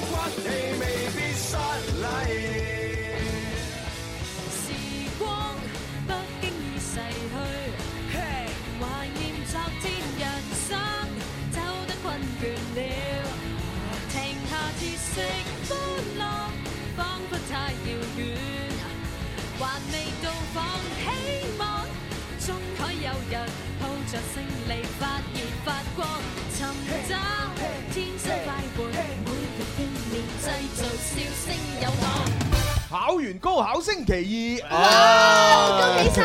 骨氣，未必失禮。時光不經意逝去，懷念昨天人生走得困倦了，停下歇息歡樂，彷彿太遙遠，還未到訪希望，終可有日抱着勝利發熱發光，尋找天生快活，每日拼命製造笑聲有我。考完高考星期二，Ờ, 恭喜晒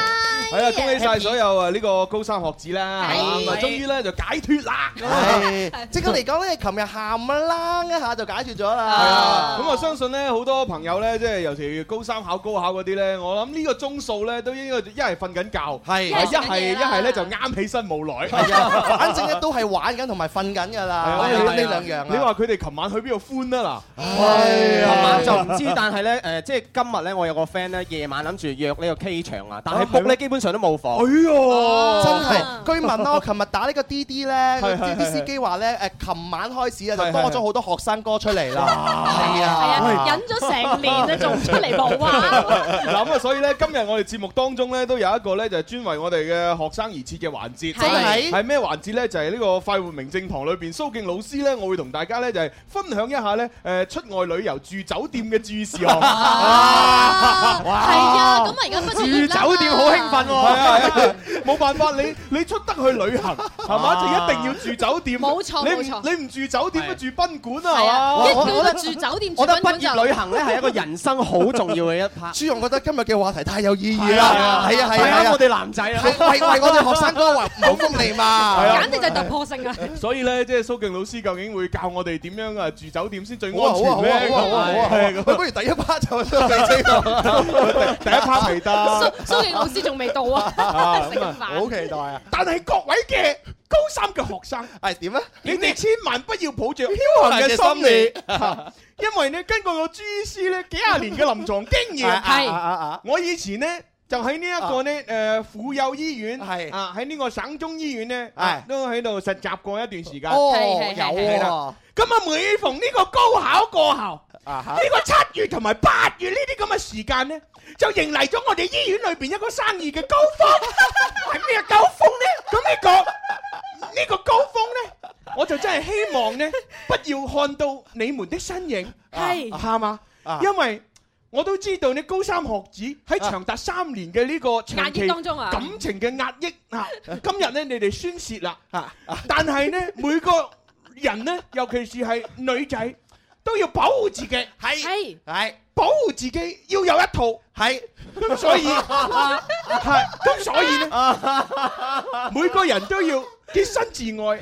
係啦，恭喜晒所有啊呢個高三學子啦，係係嘛，終於咧就解脱啦。咁啊係即刻嚟講咧，琴日下午啦，一下就解決咗係啦啊，。咁我相信咧，好多朋友咧，即係尤其高三考高考嗰啲咧，我諗呢個鐘數咧，都應該一係瞓緊覺，係一係一係咧就啱起身冇耐。係啊，反正咧都係玩緊同埋瞓緊㗎啦，係啊呢兩樣啊。你話佢哋琴晚去邊度歡啊係啊琴晚就唔知，但係咧誒，即係今日咧，我有個 friend 咧，夜晚諗住約呢個 K 場啊，哦但係 book 咧基本上都冇嗱？房。哎真係，據聞啊啦，我琴日打呢個滴滴咧，係啲啲司機話咧，誒，琴晚開始啊，就多咗好多學生哥出嚟啦。係係啊，啊，忍咗成年啦，仲唔出嚟冇啊？嗱咁啊，所以咧今日我哋節目當中咧都有一個咧就係專為我哋嘅學生而設嘅環節，啊真係係咩環節咧？就係呢個快活明正堂裏邊，蘇敬老師咧，我會同大家咧就係分享一下咧誒出外旅遊住酒店嘅注 意事項。啊！係啊，咁啊而家畢咗業啦嘛係啊係啊，冇辦法，你你出得去旅行係嘛，就一定要住酒店。冇錯你唔冇錯你唔住酒店都住賓館係啊，啊，係一嘛？叫住酒店住我覺得賓畢館就業旅行咧係一個人生好重要嘅一 part。朱紅覺得今日嘅話題太有意義啦， 係啊係係啊啊，我係哋男仔啊啊，，為為我哋學生哥話唔好風嚟嘛。係啊簡直就係突破性啊！所以咧，即係蘇敬老師究竟會教我哋點樣啊住酒店先最安好啊全咧？好啊好啊好啊好啊好啊係咁喂不如第一 part 就都係呢個第一 part 未得蘇 蘇敬老師仲未到啊，啊食咁啊！飯。期待啊！但係各位嘅高三嘅學生，係點咧？你哋千萬不要抱着僥倖嘅心理，因為咧根據我 G C 咧幾廿年嘅臨床經 驗。係啊啊啊！我以前咧就喺呢一個咧誒婦幼醫院，係啊喺呢個省中醫院咧，係啊都喺度實習過一段時間。哦，係係係有喎咁啊，每逢呢個高考過後，啊 呢哈！個七月同埋八月呢啲咁嘅時間咧，就迎嚟咗我哋醫院裏邊一個生意嘅高 峰。係咩高峰咧？咁呢個呢個高峰咧，我就真係希望咧，不要看到你們的身影，係係嘛啊？因為我都知道你高三學子喺長達三年嘅呢個啊壓長抑期當中啊，感情嘅壓抑 啊！今日咧，你哋宣泄啦嚇，啊但係咧，每個人咧，尤其是係女仔，都要保護自己，係係係保護自己要有一套，係咁所 以係咁所 以咧，每個人都要潔身自愛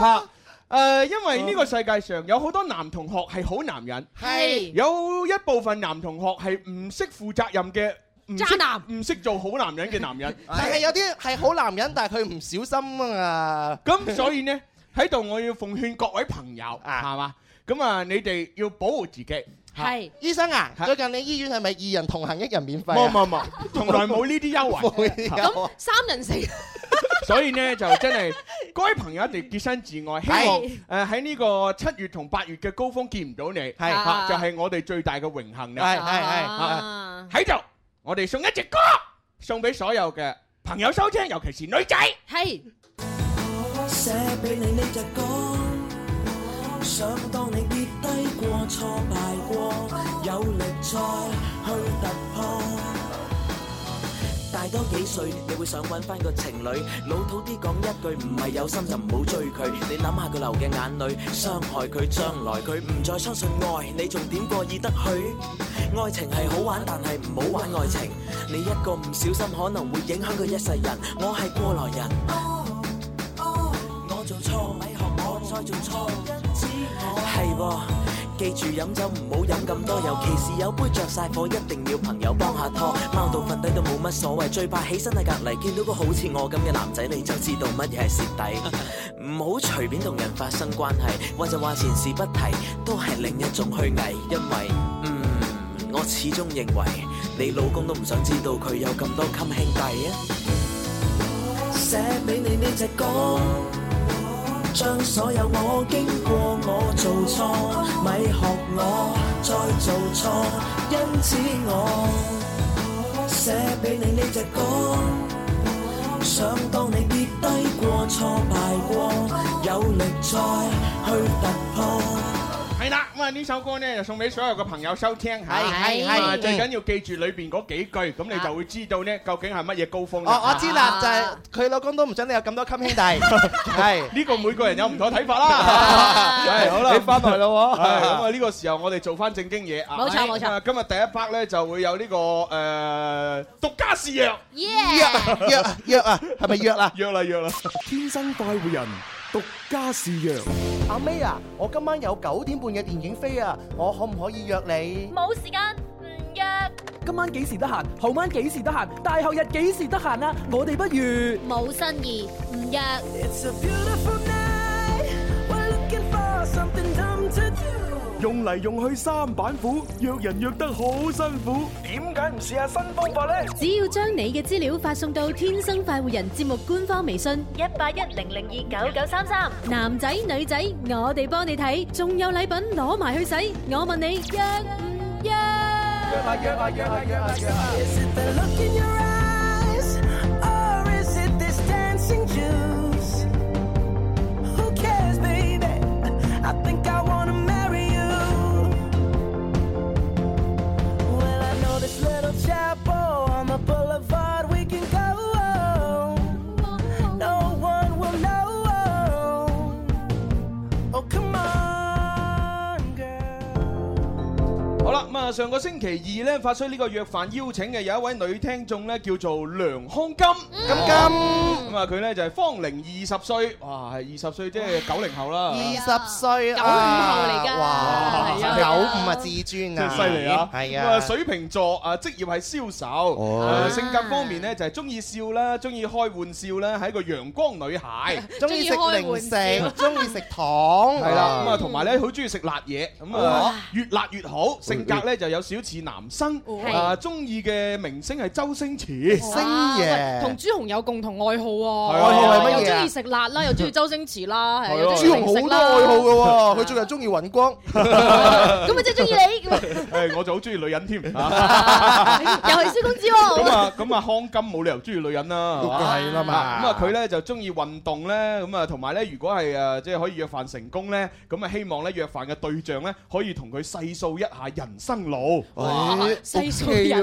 嚇。誒、因為呢個世界上有好多男同學係好男人，係有一部分男同學係唔識負責任嘅，唔識渣男唔識做好男人嘅男 人。但係有啲係好男人，但係佢唔小心啊！咁所以呢，喺度我要奉勸各位朋友，係嘛？咁啊，你哋要保護自己。係醫生啊，嚇最近你醫院係咪二人同行一人免費冇 啊？冇冇，從來冇呢啲 優惠，咁三人成所以呢，就真係各位朋友一定潔身自愛，希望誒係喺呢個七月同八月嘅高峰見唔到你，係啊就係我哋最大嘅榮幸啦。係係係 À. 啊喺度，我哋送一隻歌送俾所有嘅朋友收聽，尤其是女仔。係寫俾你呢隻歌，想當你跌低過、挫敗過，有力再去突破。大多幾歲，你會想揾翻個情侶。老土啲講一句，唔係有心就唔好追佢。你諗下佢流嘅眼淚，傷害佢，將來佢唔再相信愛，你仲點過意得去？愛情係好玩，但係唔好玩愛情。你一個唔小心，可能會影響佢一世人。我係過來人。我做錯，咪學我再做錯，因此我係喎。記住飲酒唔好飲咁多，尤其是有杯着晒火，一定要朋友幫下拖。踎到瞓低都冇乜所謂，最怕起身喺隔離見到個好似我咁嘅男仔，你就知道乜嘢係蝕底。唔好隨便同人發生關係，或者話前事不提，都係另一種虛偽。因為嗯，我始終認為你老公都唔想知道佢有咁多襟兄弟啊。寫俾你呢隻歌。將所有我經過，我做錯，咪學我再做錯，因此我寫俾你呢隻歌，想當你跌低過、挫敗過，有力再去突破。系啦，咁啊呢首歌呢，就送俾所有嘅朋友收聽吓，係係咁啊係最緊要記住裏边嗰幾句，咁你就會知道呢，究竟係乜嘢高峰。我我知啦，就係佢老公都唔想你有咁多襟兄弟，係呢個每個人有唔同嘅睇 法啦。係好啦，你翻嚟 咯係咁啊！呢個時候我哋做翻正經嘢啊！冇錯冇錯咁啊今日第一 part 咧就會有呢個誒獨家試藥，Ờ. Yeah！約啊約啊，係咪約啊？約啦約啦！天生快活人，獨家試藥。阿 May 啊，我今晚有九點半嘅電影飛啊，我可唔可以約你？冇時間，唔約。今晚幾時得閒？後晚幾時得閒？大後日幾時得閒啊？我哋不如冇新意，唔約。用嚟用去三板斧，約人約得好辛苦。點解唔試下新方法呢？只要將你嘅資料發送到《天生快活人》節目官方微信，一八一零零二九九三三，男仔女仔，我哋幫你睇，仲有禮品攞埋去使。我問你約 Dạ, 唔約？約啊約啊約啊約啊約啊！Oh, Come on, girl. 好啦，咁啊上個星期二咧發出呢個約飯邀請嘅有一位女聽眾咧叫做梁康金，金金咁啊佢咧就係芳齡二十歲，哇係二十歲即係九零後啦，二十歲九五後嚟㗎哇，係啊九五啊至尊真啊，係犀利啊！係咁啊，啊，水瓶座啊，職業係銷售，啊性格方面咧就係中意笑啦，中意開玩笑啦，係一個陽光 女孩，中意食零食，中意食糖，係啦，Ờ. 咁啊，同埋咧好中意食辣嘢，咁啊越辣越好，性格咧就有少似男生，哦係啊中意嘅明星係周星馳，哇喂同朱紅有共同愛好喎，係啊愛好係乜嘢啊又中意食辣啦，又中意周星馳啦，係哦又中朱意啊紅零食好多啦愛好嘅喎，佢最近中意雲光，咁咪即係中意你咁誒我就好中意女人添，又 Dạ, 又係係蕭公子喎咁啊咁啊，康金冇理由中意女人啦，係啦嘛。à. 咁啊，佢咧就中意運動咧，咁啊，同埋咧，如果係誒即係可以約飯成功咧，咁啊，希望咧約飯嘅對象咧可以同佢細數一下人生路。哇咦細數 OK 喎人生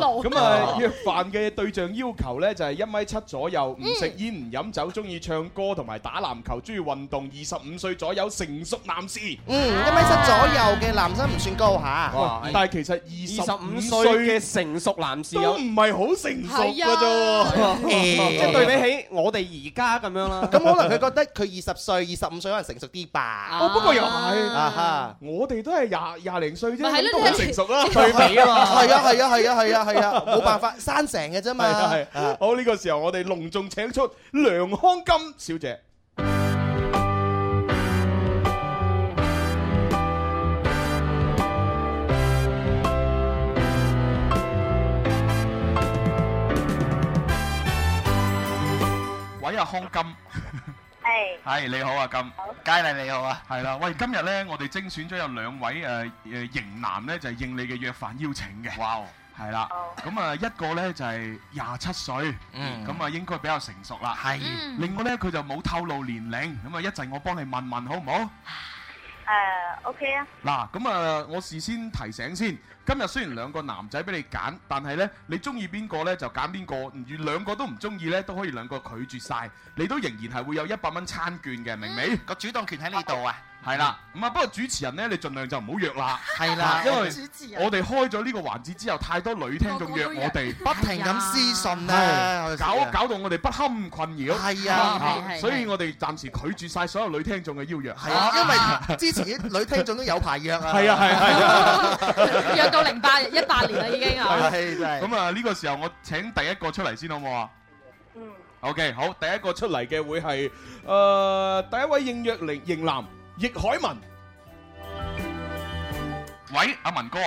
路咁啊，約飯嘅對象要求咧就係一米七左右，唔食煙唔飲酒，中意唱歌同埋打籃球，中意運動，二十五歲左右成熟男士。嗯，啊一米七左右嘅男生唔算高嚇。嗯哇！但係其實二十五25歲歲嘅成熟男士都有唔係好成熟㗎啫啊 喎， 即係對比起我哋而家咁樣啦。咁可能佢覺得佢二十歲、二十五歲可能成熟啲吧。哦不嗯過又係啊哈，我哋都係廿廿零歲啫，咪係咯都好成熟啦，對比啊嘛係啊係啊係啊係啊係啊冇辦法，山城嘅啫係啊係啊好呢個時候，我哋隆重請出梁康金小姐。揾阿康金。係係你 à, 好啊金，佳麗你好啊，係啦，喂，今日咧我哋精選咗有兩位誒誒型男咧，就係應你嘅約飯邀請嘅。哇！係啦，咁啊一個咧就係廿七歲，嗯咁啊應該比較成熟啦。係嗯另外咧佢就冇透露年齡，咁啊一陣我幫你問問好唔好？诶，OK 啊，嗱，咁啊，我事先提醒先，今日雖然兩個男仔俾你揀，但係呢，你中意邊個呢？就揀邊個，如兩個都唔中意呢，都可以兩個拒絕晒，你都仍然係會有一百蚊餐券嘅，明唔嗯明？個主動權喺你度啊！哦係啦，咁啊，不過主持人呢，你盡量就唔好約 啦，係啦因主持為人我哋開咗呢個環節之後，太多女聽眾約我哋，不停咁私信咧，係我哋搞成日搞到我哋不堪困擾。係啊係係係所以我哋暫時拒絕晒所有女聽眾嘅邀約。係啊，因為之前啲女聽眾都有排約啊。係啊係啊係啊。約到零八一八年啦已經啊，咁啊，呢個時候我請第一個出嚟先好唔好啊？嗯。 OK，好，第一個出嚟嘅會係呃誒，第一位應約嚟型男易海文，喂阿文哥，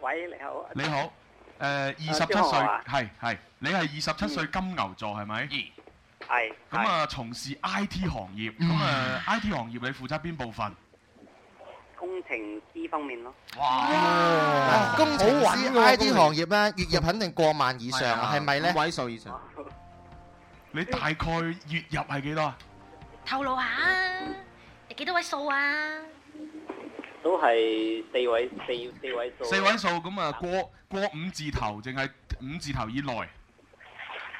喂，你好，你好。誒二十七歲，朱浩啊嗯係係，你係二十七歲金牛座係咪？係咁啊，從事 I T 行業，咁啊 I T 行業你負責邊部分？工程師方面咯。哇！啊工程好穩師喎 I 工 T 程行業咧，月入肯定過萬以上啊，係咪咧？位數以上。你大概月入係幾多啊？透露下啊，有幾多位數啊？都係四位四四位數，四位數咁啊，過過五字頭，淨係五字頭以內。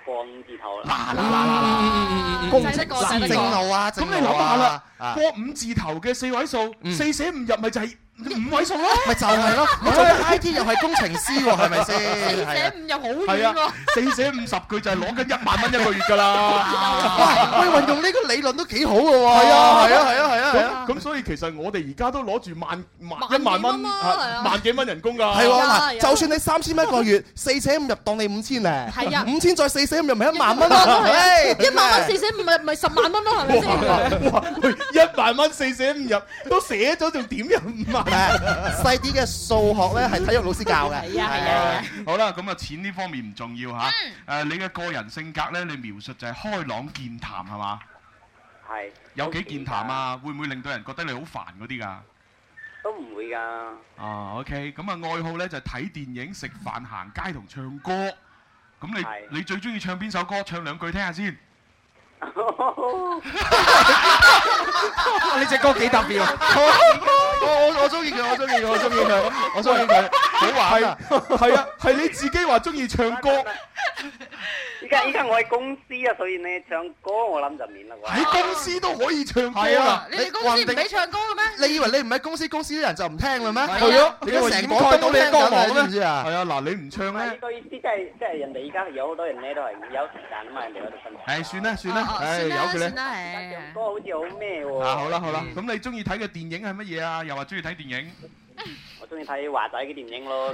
過五字頭啦。工制得過制得過正路啊咁正路啊你諗下啦，啊過五字頭嘅四位數，四捨五入咪就係五位數 咯。咪就係咯，我做 I T 又係工程師喎，係咪四先？捨係啊五入好係遠啊喎。，四捨五十佢就係攞緊一萬蚊一個月㗎啦。喂，運用呢個理論都幾好嘅喎。係啊啊 係啊，係啊，係啊，係啊。咁咁所以其實我哋而家都攞住萬萬一萬蚊萬幾蚊啦係啊啊萬幾蚊人工㗎。係喎，嗱，就算你三千蚊一個月，四捨五入當你五千咧，係啊五千再四捨五入咪一萬蚊係啊咯， 哎唉一萬蚊四捨五咪咪十萬蚊咯，係咪先？一萬蚊四捨五入都寫咗，仲點入五萬？ 細啲嘅數學咧係體育老師教嘅。好啦，咁啊錢呢方面唔重要嚇。誒，你嘅個人性格呢，你描述就係開朗健談係嘛？係有幾健談啊？會唔會令到人覺得你好煩嗰啲㗎？都唔會㗎。啊，OK，咁啊愛好呢就係睇電影、食飯、行街同唱歌。咁你你最中意唱邊首歌？唱兩句聽下先。你只歌幾特 別啊！我我我中意佢，我中意佢，我中意佢，我中意佢，好玩啊！係啊，係你自己話中意唱歌。依家依家我喺公司啊，所以你唱歌我諗就免啦啩。喺公司都可以唱歌啊係啊你哋公司唔俾唱歌嘅咩？你以為你唔喺公司，公司啲人就唔聽啦咩？係咯，啊你以為成掩個蓋燈到都你聽嘅光緊芒你咩知唔知啊？係啊，嗱，你唔唱呢呢？個意思即係即係人哋而家有好多人咧都係有時間啊嘛，人哋喺度瞓覺。誒，算啦哦算啦，誒，由佢咧。唱歌好似好咩喎？啊，好啦好啦，嗯咁你中意睇嘅電影係乜嘢啊？又話中意睇電影，我中意睇華仔嘅電影咯。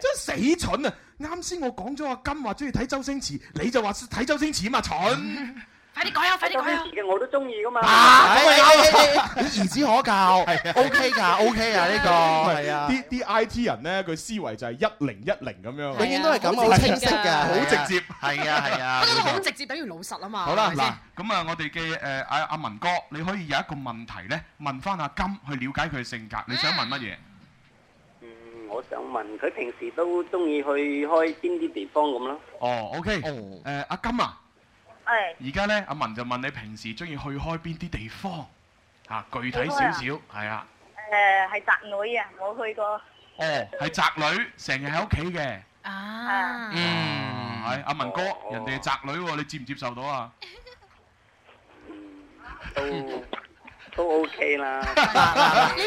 真死蠢啊！啱先我講咗阿金話中意睇周星馳，你就話睇周星馳嘛， 蠢！快啲改啊！快啲改啊！嘅我都中意噶啊嘛。啊哎兒子可教，OK 㗎，OK 啊呢個係啊，啲啲 I T 人咧，佢思維就係一零一零咁樣，啊永遠都係咁好清晰㗎，好直接，係啊係啊不過好直接等於老實啊嘛。 好啦，係咪先嗱，咁啊，我哋嘅誒阿阿文哥，你可以有一個問題咧，問翻阿金去了解佢嘅性格，你想問乜嘢？嗯，我想問佢平時都中意去開邊啲地方咁咯？哦，OK，誒阿金啊，係而家咧阿文就問你平時中意去開邊啲地方啊？具體少少去係啊，誒係宅女啊，冇去過。哦，係宅女，成日喺屋企嘅，啊，嗯，係阿文哥，人哋係宅女喎，你接唔接受到啊？ 都都 OK 啦。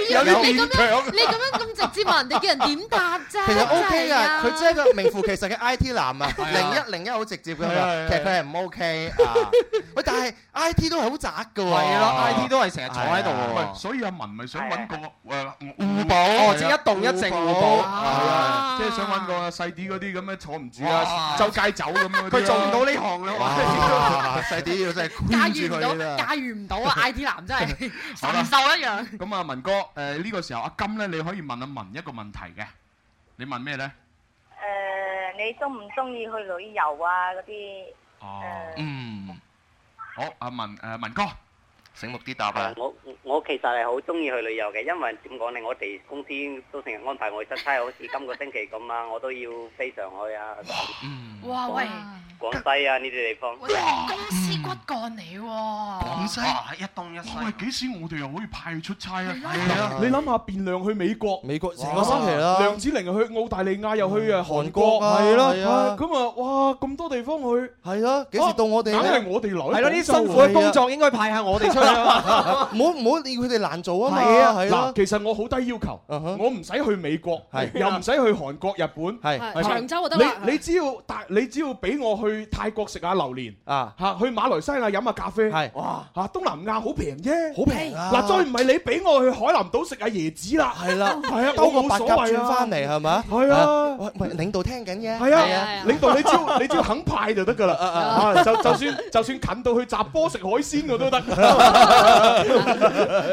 你要你咁樣，你咁樣咁直接話人哋叫人點答啫？其實 OK 真係㗎，啊佢真係一個名副其實嘅 IT 男啊，啊零一零一好直接㗎係啊係啊嘛，其實佢係唔 OK 啊。喂，但係 IT 都係好宅㗎喎，啊係咯，IT 都係成日坐喺度喎喂所以阿文咪想揾個呃誒互補哦即係一動一靜互補係啊，即係想揾個細啲嗰啲咁樣坐唔住啊，哇周街走咁樣嗰啲啊。佢做唔到呢行 啦哇，細啲要真係駕馭圈住唔佢到，啦。駕馭唔到啊！IT 男真係好啦神獸一樣。咁啊，文哥，誒呢個時候阿金咧，你可以問阿文一個問題嘅，你問咩咧？誒，你中唔中意去旅遊啊？嗰啲哦，嗯，好，阿文誒文哥，醒目啲答 Ờ. 啊！我我其實係好中意去旅遊嘅，因為點講呢？我哋公司都成日安排我出差，好似今個星期咁啊，我都要 à, 飛上去啊，哇喂！廣西啊呢啲地方。公司骨幹嚟喎。咁犀一東一西。喂，幾時我哋又可以派出差啊？你諗下，變量去美國，美國成個星期啦梁子玲又去澳大利亞，又去誒韓韓國啊係啦，係啊咁啊，哇，咁多地方去，係啦，幾時到我哋梗咧係我哋留喺係咯，啲廣州辛苦嘅喎工作應該派下我哋出去啊！唔好唔好要佢哋難做啊嘛，係啊，係嗱，啦，其實我好低要求，Uh-huh 我唔使去美國，又唔使去韓國、日本，係係長洲就得啦你你只要大，你只要俾我去泰國食下榴蓮啊，嚇去馬來西亞飲下咖啡，係哇嚇東南亞好平啫，好平啊嗱，再唔係你俾我去海南島食下椰子啦，係啦，係啊，兜我個冇白所鴿謂轉啊，翻嚟係咪？係啊喂喂，領導聽緊嘅，係啊，領導你只要你 只要肯派就得㗎啦，啊就就算就算近到去閘波食海鮮我都得，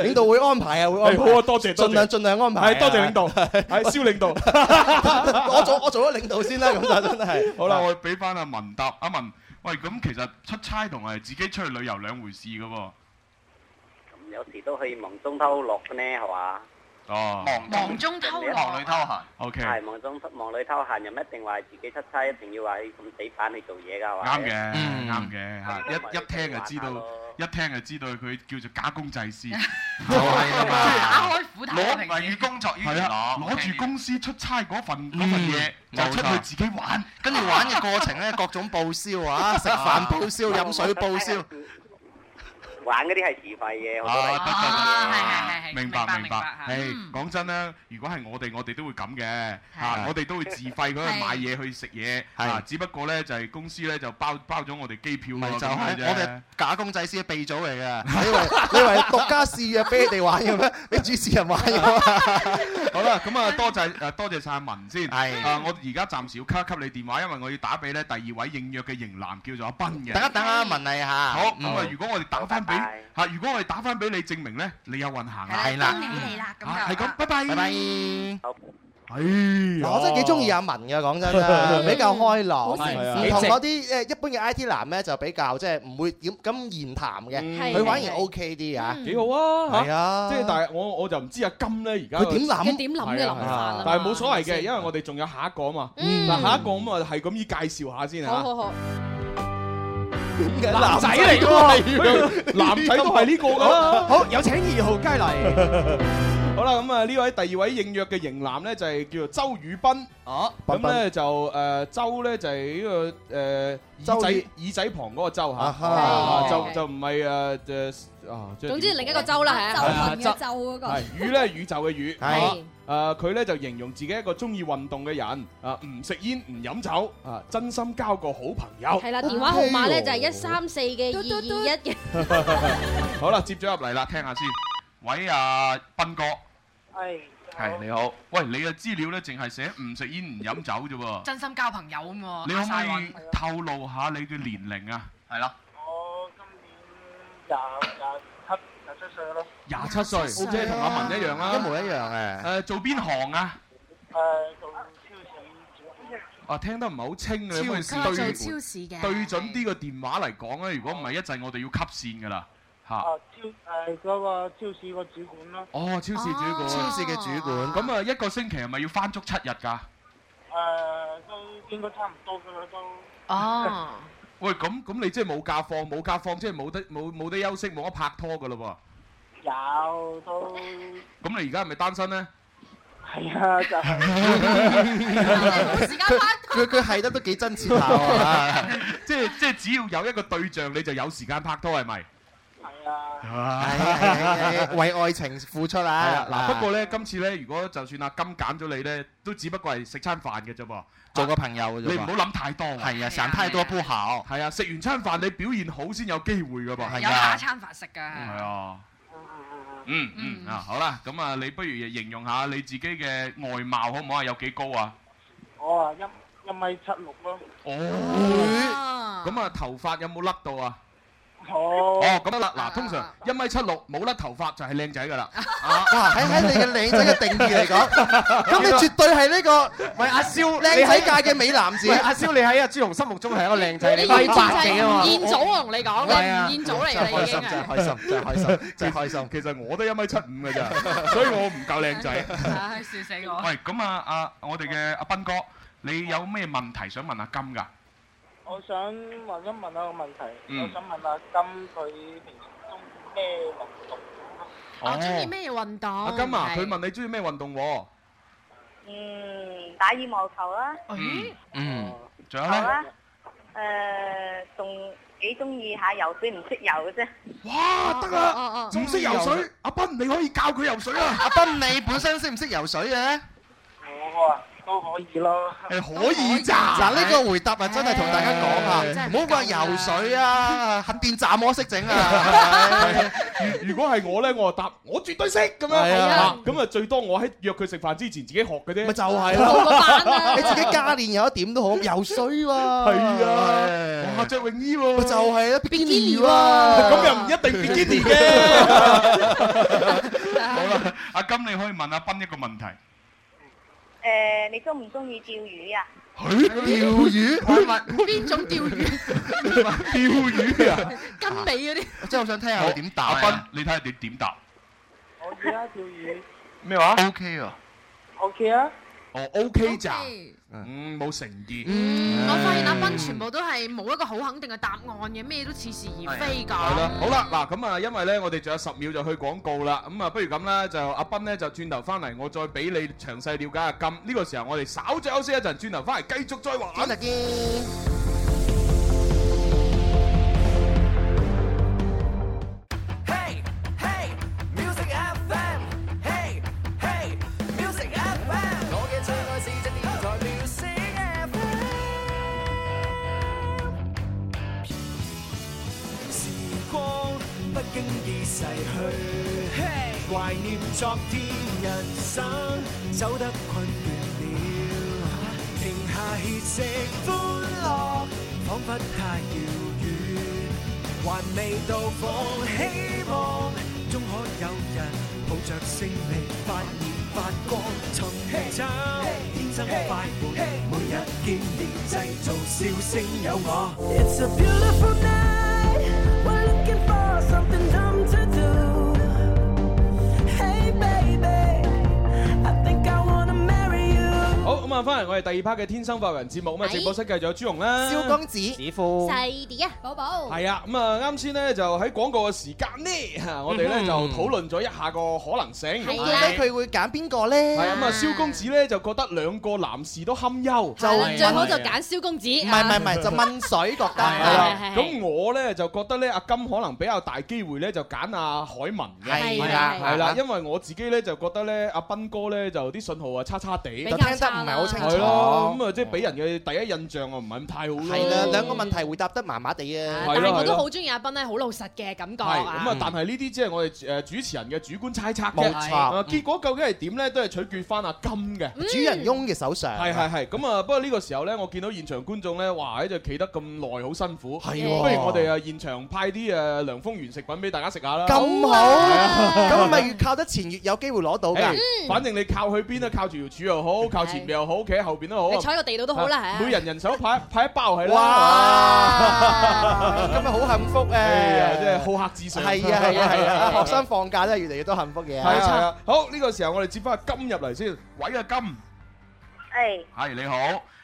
領導會安排啊，會安排。係好啊多謝多謝盡量盡量安排啊。係多謝領 導，係蕭領導。我做我做咗領導先啦，咁就真係。好啦，我俾翻阿文答，阿文，喂，咁其實出差同埋自己出去旅遊兩回事嘅喎。有時都去忙中偷樂嘅呢，係嘛？哦，忙中偷懶，偷閒，OK，係忙中忙裏偷閒，又唔一定話自己出差，一定要話去咁死板去做嘢㗎，係嘛？啱嘅，啱嘅嚇，一一聽就知道，一聽就知道佢叫做假公濟私，係打開斧頭啊攞平埋於工作於娛樂，攞住公司出差嗰份嗰份嘢冇就出去錯自己玩，跟住玩嘅過程咧，各種報銷 啊，食飯報銷、飲水報銷。玩嗰啲係自費嘅，好多啊，係得得係係係明白明明白白。誒，講真啦，如果係我哋，我哋都會咁嘅嚇，我哋都會自費嗰度係買嘢去食嘢嚇。只不過咧就係公司咧就包包咗我哋機票咪咯，就咁樣係啫我哋假公濟私嘅鼻祖嚟嘅，你以為 你以為獨家試約俾你哋玩嘅咩？俾主持人玩嘅咩？好啦，咁啊多謝誒多謝晒阿文先。係啊，我而家暫時要 cut 一 cut 你電話，因為我要打俾咧第二位應約嘅型男叫做阿斌嘅。等一等啊，文麗嚇。嗯好，咁啊，如果我哋打翻俾嚇，如果我哋打翻俾你，證明咧你有運行啦。係啦恭喜你啦，咁啊係就咁，拜拜。拜拜。哎呀 我真係幾中意阿文嘅，講真 啦，比較開朗，唔好誠實同嗰啲誒一般嘅 I T 男咧就比較即係唔會點咁言談嘅，係佢反而係 O K 啲啊。幾好啊！係啊嚇即係但係我我就唔知阿金咧而家佢點諗佢點諗嘅係諗啊法啊嘛但係冇所謂嘅，因為我哋仲有下一個啊嘛。嗯嗱，下一個咁啊係咁依介紹下先好嚇。好好，男仔嚟㗎喎， 男仔都係呢個㗎啦。 好，有請二號佳嚟。好啦，咁啊呢位第二位應約嘅型男咧就係叫做周宇斌。哦，咁咧就誒周咧就係呢個誒耳周仔宇耳仔旁嗰個周嚇啊哈啊，就 OK 就唔係誒呃誒啊。即係總之點另一個州啦，係係啊啊，就州嗰個係宇咧宇宙嘅宇，係誒佢咧就形容自己一個中意運動嘅人，啊唔食煙唔飲酒，啊真心交個好朋友。係啦，電話號碼咧就係一三四嘅二二一嘅。好啦，接咗入嚟啦，聽下先。喂，阿斌哥，係係你好。喂，你嘅資料咧淨係寫唔食煙唔飲酒啫喎。真心交朋友咁喎。你可唔可嗌晒運以透露下你嘅年齡啊？係啦，廿廿七廿七歲咯。廿七歲，即係同阿文一樣啦，一模一樣 嘅。誒，做邊行啊？誒，Ờ, 做超市啊，聽得唔係好清啊，超有冇佢對做超市嘅對準啲個電話嚟講啊咧，如果唔係一陣我哋要吸線噶啦嚇。哦啊，超誒嗰個超市個主管咯。哦，超市主管，超市嘅主管。咁啊，一個星期係咪要翻足七日㗎？誒，都應該差唔多噶啦，都。哦。喂，咁咁你即係冇假放，冇假放即係冇得冇冇得休息，冇得拍拖噶咯有都。喎。咁你而家係咪單身咧？係啊，就佢佢佢係得都幾真 切下喎。 即係即係只要有一個對象，你就有時間拍拖係咪？啊係為愛情付出係啊啊！！嗱，不過咧，今次咧，如果就算阿金揀咗你咧，都只不過係食餐飯嘅啫噃，做個朋友嘅啫噃你唔好諗太多。係啊想太多不好。係啊，食完餐飯你表現好先有機會嘅噃。啊有下一餐飯食㗎。係啊。嗯嗯啊，好啦，咁啊，你不如形容下你自己嘅外貌好唔好啊？有幾高啊？我啊一一米七六咯。哦，咁啊，頭髮有冇甩到啊？哦哦，咁得啦，嗱，通常一米七六冇甩頭髮就係靚仔噶啦。哇！喺喺你嘅靚仔嘅定義嚟講，咁你絕對係呢個喂阿蕭，靚仔界嘅美男子喂。阿蕭，你喺阿朱紅心目中係一個靚仔，你你完全百幾係啊嘛？吳彥祖，我同你講，係啊你吳彥祖嚟㗎，你已經係。開心真係開心 真係開心。其實我都一米七五嘅咋，所以我唔夠靚仔。 唉，笑死我！啊喂，咁啊，阿我哋嘅阿斌哥，你有咩問題想問阿金㗎？誒我想問一問一個問題，嗯我想問阿金佢平時中意咩運動？我阿中意咩運動？金啊，係佢問你中意咩運動喎？嗯，打羽毛球啦，嗯，仲好啦，誒，仲幾中意下游水，唔識游嘅啫。Ờ, 哇，得啦，唔識游水，阿斌你可以教佢游水啦。À, 阿斌你本身識唔識游水嘅？我啊都可以咯。誒可以咋？嗱呢個回答啊，真係同大家講啊，唔好話游水啊，核電站我識整啊。如如果係我咧，我就答我絕對識咁樣，係啊啊咁啊最多我喺約佢食飯之前自己學嘅啫，咪就係啦 你自己加練有一點都好，游水喎。係啊，哇着泳衣喎，就係啦，bikini 喎。啊咁又唔一定 bikini 嘅。好啦，阿金你可以問阿斌一個問題。誒，你中唔中意釣魚啊？釣魚，邊種釣魚？釣 魚啊！跟尾嗰啲。我真係好想聽下佢點答阿啊斌，你睇下你點答我而家釣魚咩話？OK 啊， OK 啊，哦 OK 咋 OK，嗯，冇誠意。我發現阿斌全部都係冇一個好肯定嘅答案嘅，咩都似是而非咁。係啦，好啦，嗱咁啊，因為咧，我哋仲有十秒就去廣告啦，咁啊，不如咁啦，就阿斌咧就轉頭翻嚟，我再俾你詳細了解下金。呢個時候我哋稍作休息一陣，轉頭翻嚟繼續再玩。轉頭見。 Music FM，Hey Hey Music FM，我嘅最愛是只電台 Music FM。時光不經意逝去，懷念昨天，人生走得困倦了，停下歇息，歡樂彷彿太遙遠。還未到訪，希望終可有人抱着勝利發熱發光，尋找天生快活，每日見面製造笑聲有我。 It's a beautiful night. We're looking for something dumb to do. Hey, baby, I think I wanna marry you. 好咁啊，翻嚟我哋第二 part 嘅天生發人節目咁啊，直播室繼續有朱紅啦，蕭公子子富。啲啊，寶寶。係啊，咁啊啱先咧就喺廣告嘅時間呢，嚇我哋咧嗯哼就討論咗一下個可能性。咁到底佢會揀邊個咧？係啊，咁啊，蕭公子咧就覺得兩個男士都堪憂，就最好就揀蕭公子。唔係唔係唔係，就問水覺得係啦。咁我咧就覺得咧，阿金可能比較大機會咧就揀阿海文嘅，係啦係啦係啦，因為我自己咧就覺得咧，阿斌哥咧就啲信號啊差差地，就聽得唔係好清係楚。咯，咁啊即係俾人嘅第一印象啊唔係咁太好咯。係啦，兩個問題回答得麻麻地啊。係但咯係我係咯都好中意阿斌咧，好老實嘅感覺係咁啊啊！，但係呢啲只係我哋誒主持人嘅主觀猜測啫冇錯啊結果究竟係點咧，都係取決翻阿金嘅主人翁嘅手上。係係係，咁啊！不過呢個時候呢，我見到現場觀眾呢，哇！喺度企得咁耐，好辛苦。係喎不如我哋啊現場派啲誒涼風園食品俾大家食下嗯啦。咁好，係啊咁咪越靠得前越有機會攞到誒㗎。反正你靠去邊啊，靠住條柱又嗯好，靠前面又好，企喺後邊都好。你坐喺個地度都好啦係啊每人人 手派派一包係啦。 哇！咁咪好幸福誒。à. 哎呀真係好客至上係啊係啊係啊！學生放假真係越嚟越多幸福 à. 嘢。係啊係啊，好呢個時候我哋接翻阿金入嚟先，喂阿金，係。係你好，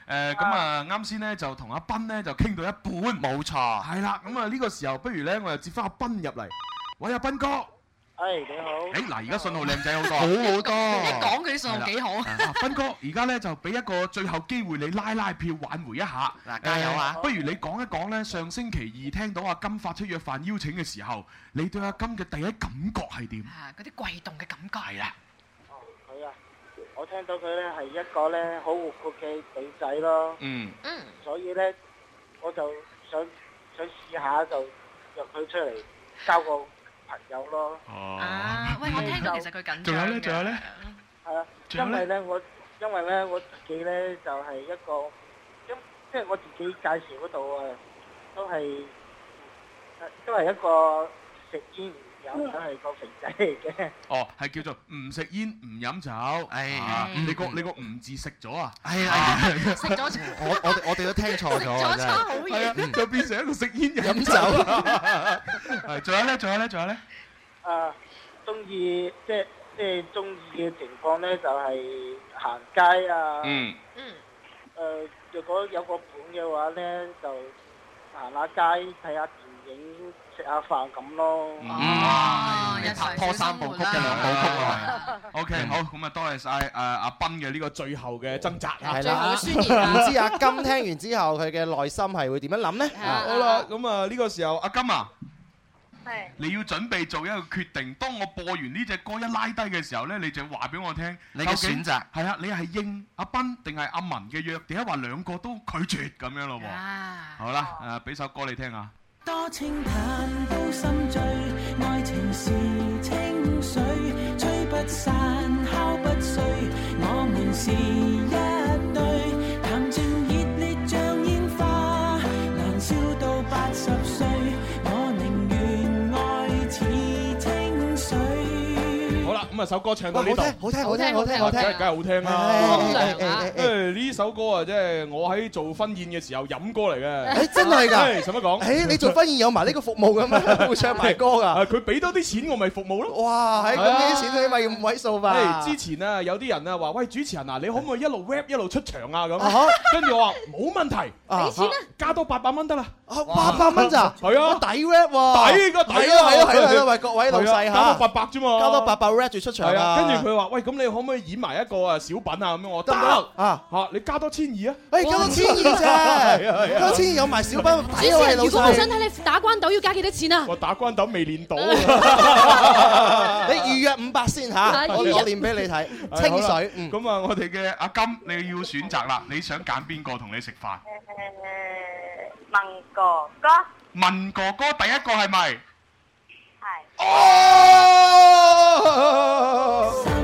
誒咁啊，啱先咧就同阿斌咧就傾到一半，冇錯。係啦，咁啊呢個時候不如咧我又接翻阿斌入嚟，喂阿斌哥，誒係你好。嗱而家信號靚仔好多，好好多一講佢佢信號幾好啊斌哥而家咧就俾一個最後機會你拉拉票挽回一下，嗱加油啊不如你講一講咧上星期二聽到阿金發出約飯邀請嘅時候，你對阿金嘅第一感覺係點？啊嗰啲悸動嘅感覺。係啦，係啊，我聽到佢咧係一個咧好活潑嘅女仔咯，嗯。所以咧我就想想試下就約佢出嚟交個朋友咯。哦，啊喂，我聽到其實佢緊仲有咧，仲有咧。係 Ờ, 啊，仲有因咧為咧我因為咧我自己咧就係、一個，因即係我自己介紹嗰度 ờ, 啊，都係呃都係一個食煙唔飲酒係個肥仔嚟嘅。哦，係叫做唔食煙唔飲酒。哎啊嗯你個你個唔字食咗啊？係啊，哎 食咗。我我我哋都聽錯咗啊。真係係啊，就變成一個食煙飲飲酒嗯酒。係，仲有咧，仲有咧，仲有咧。Ờ, 啊，中意即係 ờ, Ừ. 即係中意嘅情況咧，就係、行街啊，嗯。誒，若果有個伴嘅 à, 話咧，就行下街睇下電影，食下飯咁咯。Ừ. 嗯哦嗯拍拖三部曲嘅兩部曲啊！OK，好，嗯咁啊，多謝晒誒阿斌嘅呢個最後嘅掙扎啊！係啦，唔知 à, 阿金聽完之後佢嘅內心係會點樣諗呢？好啦，咁啊呢個時候阿金啊。係你要準備做一個決定。當我播完呢只歌一拉低嘅時候呢，你就話俾我聽，你嘅究竟選擇係啊，你係應阿斌定係阿文嘅約？點解話兩個都拒絕咁樣咯喎？好啦，誒俾首歌你聽下。多清淡到心醉，愛情是清水，吹不散，敲不碎，我們是一對，談情熱烈像煙花，燃燒到八十歲，我寧願愛似清水。好啦，咁啊首歌唱到呢度哇，好聽好聽好聽好聽好聽梗係梗係好聽哎哎哎啦哎。哎誒呢首歌啊，即係我喺做婚宴嘅時候飲歌嚟嘅。誒真係㗎誒使乜講？誒，你做婚宴有埋呢個服務嘅咩？會唱埋歌 à. 㗎？佢俾多啲錢我咪服務咯。哇！係咁係啊呢啲錢你咪要五位數吧？誒之前啊，有啲人啊話：喂，主持人啊，你可唔可以一路 rap 一路出場啊？Ờ, 啊哈咁，跟住我話冇問題，啊俾錢啊，加多八百蚊得啦。Ờ, 八百蚊 à? 咋？係啊哇抵 rap 喎！抵個抵係啊係啊係啊係啊！喂各位老細係啊加多嚇，八百啫嘛，加多八百 rap 住出場係啊，啊！跟住佢話：喂，咁你可唔可以演埋一個啊小品啊？咁樣我得得唔得啊嚇，你加多千 二啊！誒加多千 二啫，加多千二有埋小班主抵啊！持喂人，老如果我想細，睇你打關鬥，要加幾多錢啊？我打關鬥未 練到啊，你預約五百先嚇，係我預約我練俾你睇 係清好啦水。嗯咁啊，我哋嘅阿金，你要選擇啦，你想揀邊個同你食飯？問哥哥問哥哥第一個係咪？哦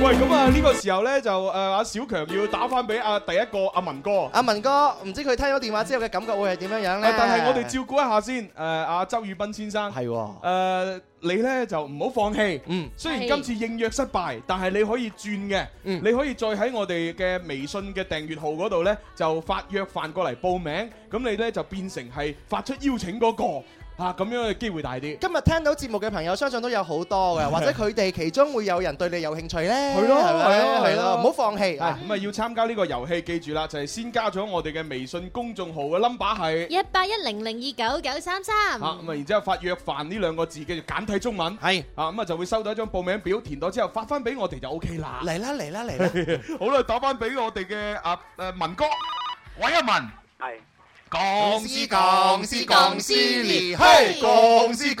喂，咁啊呢個時候咧就誒阿小強要打翻俾阿第一個阿文哥。 阿文哥，唔知佢聽咗電話之後嘅感覺會係點樣樣咧啊？但係我哋照顧一下先，誒呃阿周宇斌先生係喎，誒你咧就唔好放棄，嗯，雖然今係次應約失敗，但係你可以轉嘅，嗯你可以再喺我哋嘅微信嘅訂閱號嗰度咧就發約飯過嚟報名，咁你咧就變成係發出邀請嗰個啊，咁樣嘅機會大啲。今日聽到節目嘅朋友，相信都有好多嘅，或者佢哋其中會有人對你有興趣咧。係咯，係咪係咯，係咯，唔好放棄係啊！咁啊，要參加呢個遊戲，記住啦，就係先加咗我哋嘅微信公眾號嘅 number 係。一八一零零二九九三三。啊咁啊，然之後發約飯呢兩個字嘅簡體中文，係啊咁啊就會收到一張報名表，填咗之後發翻俾我哋就 O K 啦。嚟啦嚟 啦嚟啦！好啦，打翻俾我哋嘅啊誒文哥，喂阿文，係鋼絲鋼絲鋼絲裂，連嘿嘿鋼鋼絲絲鋼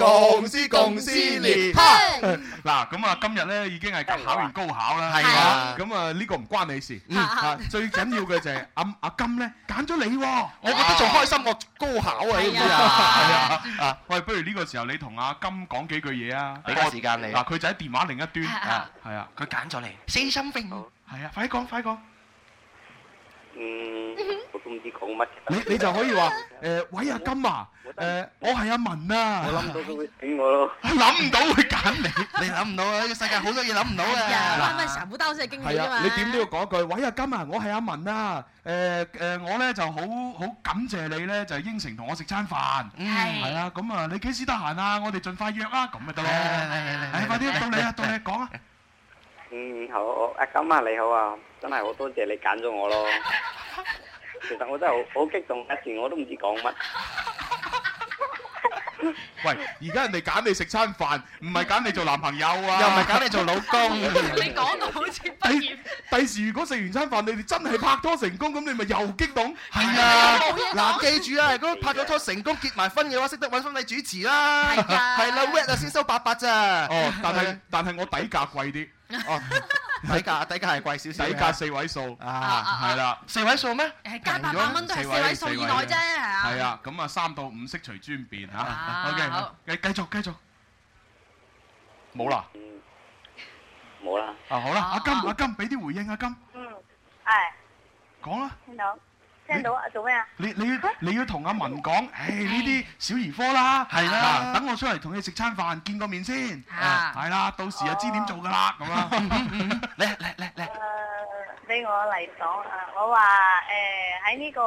鋼絲絲鋼鋼絲絲裂連嗱咁啊，今日咧已經係考完高考啦，係啊咁啊呢個唔關你事，嗯啊最緊要嘅就係阿阿金咧揀咗你喎，我覺得仲開心過高考啊！呢啲係啊，啊，啊，喂，不如呢個時候你同阿金講幾句嘢啊，俾個時間你嗱，佢就喺電話另一端，啊係啊，佢揀咗你。私心病係啊，快講快講，嗯，我都唔知講乜。你你就可以 話誒，喂阿金啊，誒，我係阿文啊，我諗到佢會選我咯。 諗唔到會揀你，你諗唔到啊！呢個世界好多嘢諗唔到呀，嗱啱啱全部都係經係驗啊啊，嘛。你點都要講一句，喂啊，今日我係阿文啊，誒誒，我咧就好好感謝你咧，就應承同我食餐飯，嗯係係啊，咁啊，你幾時得閒啊？我哋盡快約啊，咁咪得咯，誒，快啲到你 啊，到你講啊，嗯，好，我 à, 阿金啊，你好啊，真係好多謝你揀咗我咯。其實我真係好好激動，一時我都唔知講乜。喂，而家人哋揀你食餐飯，唔係揀你做男朋友啊，又唔係揀你做老公你講到好似畢業， 第時如果食完餐飯，你哋真係拍拖成功，咁你咪又激動。係啊，嗱，記住啊，如果拍咗拖成功結埋婚嘅話，識得揾婚禮主持啦，係啦，wet 啊先收八百咋。哦，但係但係我底價貴啲。哦， 底價底價係貴少少嘅底價四位數啊係啦，四位數咩？係加八百蚊都係四位數以內啫，係啊。係啊，咁啊三到五色隨專變嚇。啊 OK，好繼繼續繼續。冇啦。冇啦。啊好啦，阿金阿金，俾啲回應阿金，嗯，係講啦。聽到聽到啊，做咩啊？你你要你要同阿文講，唉呢啲小兒科啦，係啦，等我出嚟同你食餐飯，見個面先，係啦，到時就知點做噶啦， 咁啦。俾我嚟講啊！我話誒喺呢個誒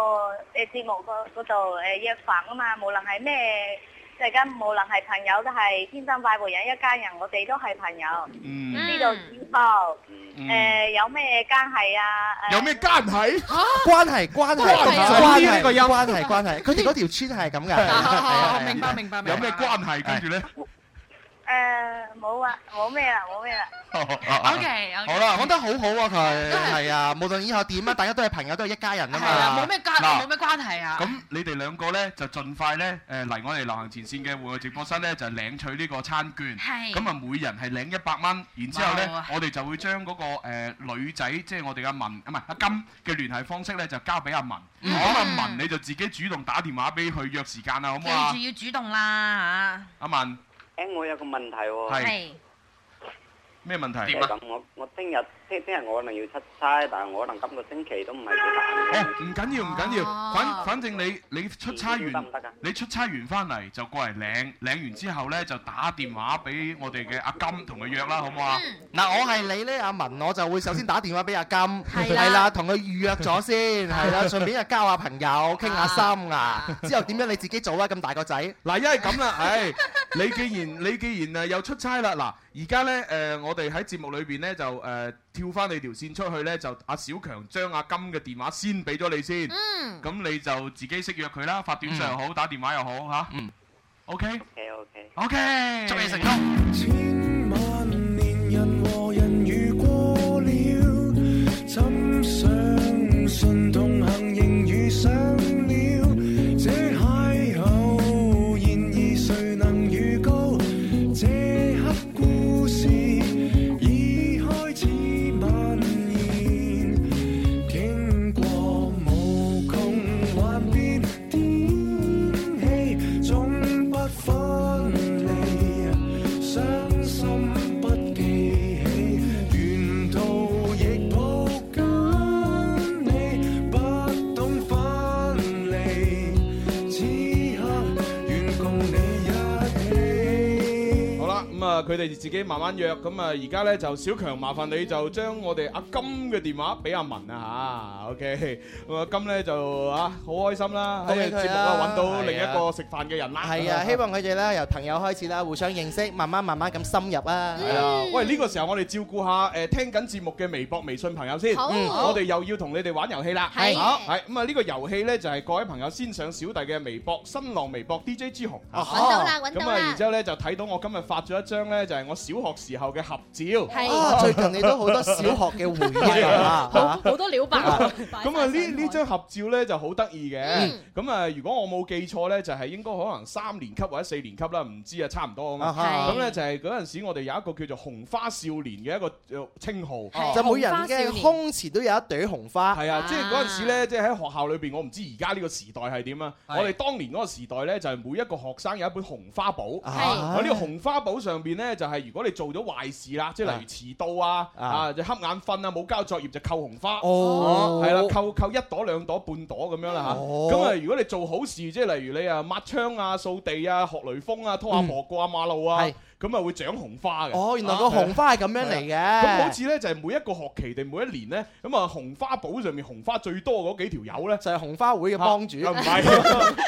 節目嗰嗰度誒約飯啊嘛，無論係咩即係咁，無論係朋友都係 天生快活人一家人，我哋都係朋友。嗯呢度知道。Ừ. 誒有咩關係啊？誒有咩關係？關係關係關係關係呢個音關係關係，佢哋嗰條村係咁㗎。係啊明白明白。有咩關係？跟住咧誒冇啊，冇咩啦，冇咩啦。Ờ, OK，OK 好啦，講得好好啊佢，係啊，無論以後點啊，大家都係朋友，都係一家人啊係啊，嘛。冇咩關嗱冇咩關係啊。咁你哋兩個呢，就盡快呢，誒嚟我哋流行前線嘅戶外直播室呢，就領取呢個餐券。係咁啊，每人係領一百蚊，然之後哇呢，我哋就會將嗰個誒女仔，即係我哋嘅文啊，唔係阿金嘅聯繫方式呢，就交俾阿文。咁阿文你就自己主動打電話俾佢約時間啦，好唔好啊？記住要主動啦阿文誒，我有個問題嚇。喎。係。咩問題？啊啊咁我我聽日聽聽日我可能要出差，但係我可能今個星期都唔係幾哦，唔緊要，唔緊哦要，反反正你你出差完，你出差完翻嚟就過嚟領，領完之後呢，就打電話俾我哋嘅阿金同佢約嗯啦，好唔好啊？嗱，我係你呢，阿文，我就會首先打電話俾阿金，係啦係啦，同佢預約 咗先，係啦，順便就交下朋友，傾下 心啊。之後點樣你自己做啦，咁大個仔。嗱，因為咁 啦，唉，你既然你既然誒又出差啦，嗱，而家呢，誒、呃我哋喺節目裏邊呢，就誒、呃跳翻你條線出去呢，就阿小強將阿金嘅電話先俾咗你先，嗯咁你就自己識約佢啦，發短信又好，打電話又好嚇。嗯，OK。 OK 哦 OK。祝你成功。千萬年人和人遇過了，怎相信同行仍遇上了？這邂逅，然而誰能預告？這刻故事已開始蔓延，經過無窮幻變天氣，總不分離。傷心不記起，沿途亦抱緊你，不懂分離。此刻願共你一起。好啦，咁啊，佢哋自己慢慢約，咁啊，而家咧就小強，麻煩你就將我哋阿金嘅電話俾阿文啊嚇，OK，咁啊金咧就啊好開心啦，恭喜喺佢節目啦啊揾到另係一啊個食飯嘅人啦，係啊，希望佢哋咧由朋友開始啦，互相認識，慢慢慢慢咁深入啦。係啊，喂！呢個時候我哋照顧下誒聽緊節目嘅微博、微信朋友先。好嗯我哋又要同你哋玩遊戲啦。係好，係咁啊！呢個遊戲呢，就係各位朋友先上小弟嘅微博、新浪微博 DJ 朱紅。揾到啦揾到啦咁啊，然之後呢，就睇到我今日發咗一張呢，就係我小學時候嘅合照。係哎啊最近你都好多小學嘅回憶啊好好多料 爆咁啊，呢呢張合照咧就好得意嘅。嗯咁啊，如果我冇記錯咧，就係應該可能三年級或者四年級啦，唔知啊，差唔多啊嘛。啊哈咁咧就係嗰陣時，我哋有一個叫做紅花少年嘅一個呃稱號，就每人嘅胸前都有一朵紅花。係啊，即係嗰陣時咧，即係喺學校裏邊，我唔知而家呢個時代係點啊。我係哋當年嗰個時代咧，就係每一個學生有一本紅花簿。係喺呢個紅花簿上邊咧，就係如果你做咗壞事啦，即係例如遲到啊、啊啊就瞌眼瞓啊、冇交作業就扣紅花。哦係啦，扣扣一朵兩朵半朵咁樣啦嚇。哦咁啊，如果你做好事，即係例如你啊抹窗啊、掃地啊、學雷鋒啊、拖阿婆過下馬路啊，咁啊會長紅花嘅。哦，原來個紅花係咁樣嚟係啊咁好嘅。似咧就係每一個學期定每一年咧，咁啊紅花簿上面紅花最多嗰幾條友咧，就係紅花會嘅幫主啊唔 係，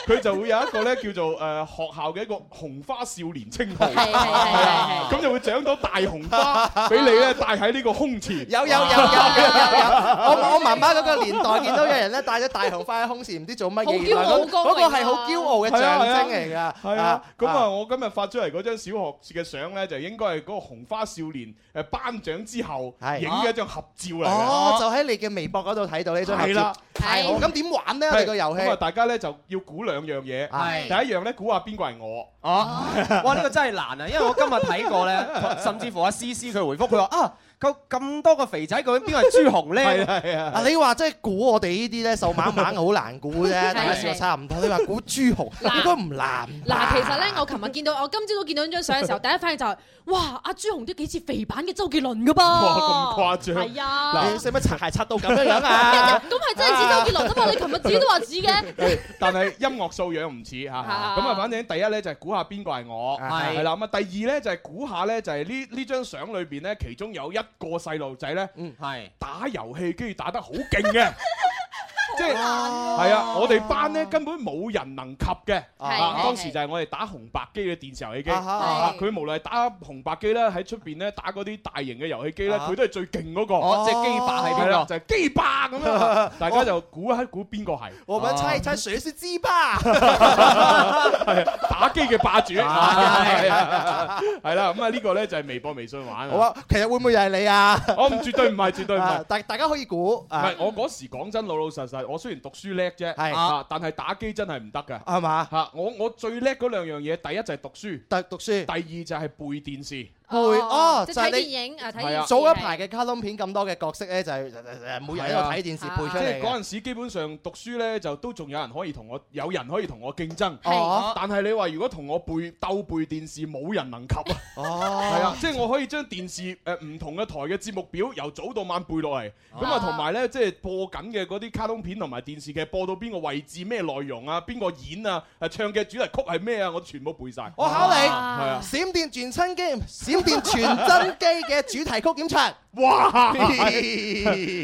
佢就會有一個咧叫做誒學校嘅一個紅花少年稱號，係係係啊咁就會長到大紅花俾你咧戴喺呢個胸前。啊有有有有哦有有有，我我媽媽嗰個年代見到有人咧戴咗大紅花喺胸前，唔知做乜嘢。原來嗰嗰啊個係好驕傲嘅象徵嚟㗎。係啊，咁啊，我今日發出嚟嗰張小學嘅相咧，就應該係嗰個紅花少年誒頒獎之後影嘅一張合照嚟嘅。哦，就喺你嘅微博嗰度睇到呢張合係照啦，太好。咁點玩呢？我哋個遊戲咁啊，大家咧就要估兩樣嘢。係第一樣咧，估下邊個係我。 哦，哇！呢個真係難啊，因為我今日睇過咧，甚至乎阿思思佢回覆佢話啊，咁咁多個肥仔究竟邊個係朱紅咧？係啊係啊啊！你話真係估我哋呢啲咧，數碼碼好難估啫， 係大家小學差唔多。你話估朱紅，嗱應該唔難。嗱，其實咧，我琴日見到，我今朝都見到呢張相嘅時候，第一反應就係，哇！阿朱紅都幾似肥版嘅周杰倫噶噃， 哇咁誇張係啊，你使乜擦鞋擦到咁樣樣啊？咁係真係似周杰倫 啊嘛！你琴日自己都話似嘅，係但係音樂素養唔似嚇，啊咁啊，反正第一咧就係估下邊個係我，係係啦，咁啊，第二咧就係估下咧就係呢呢張相裏邊咧，其中有一個細路仔咧， 嗯，係 打遊戲，跟住打得好勁嘅，即即係係啊，我哋班咧根本冇人能及嘅。係啊係當時就係我哋打紅白機嘅電視遊戲機，啊哈啊啊哈佢無論係打紅白機咧，喺出邊咧打嗰啲大型嘅遊戲機咧，啊哈佢都係最勁嗰個。哦即係機霸係邊個係啦就係機霸咁樣，啊大家就估一估邊個係。我们猜一啊猜谁是鸡霸？係啊打機嘅霸 主，係啊係啦，咁啊呢個咧就係微博、微信玩。好啊，其實會唔會又係你啊？我唔絕對唔係，絕對唔係啊。大大家可以估啊唔係，我嗰時講真老老實實，我雖然讀書叻啫，係啊，但係打機真係唔得㗎，係嘛？嚇，我我最叻嗰兩樣嘢，第一就係讀書，讀讀書，第二就係背電視。會哦，即就係睇係電你影啊，睇係電啊視早一排嘅卡通片咁多嘅角色咧，就係就就就每日喺度睇電視配出即係啊嗰嚟嘅。陣時，基本上讀書咧就都仲有人可以同我，有人可以同我競爭。係啊但係你話如果同我背鬥背電視，冇人能及啊！哦係啊，即係我可以將電視誒唔同嘅台嘅節目表由早到晚背落嚟，咁啊哦同埋咧即係播緊嘅嗰啲卡通片同埋電視劇播到邊個位置、咩內容啊、邊個演啊、誒唱嘅主題曲係咩啊，我全部背晒。哦我考你，係啊！閃電傳真機、閃電傳真機嘅主題曲檢查。 哇！誒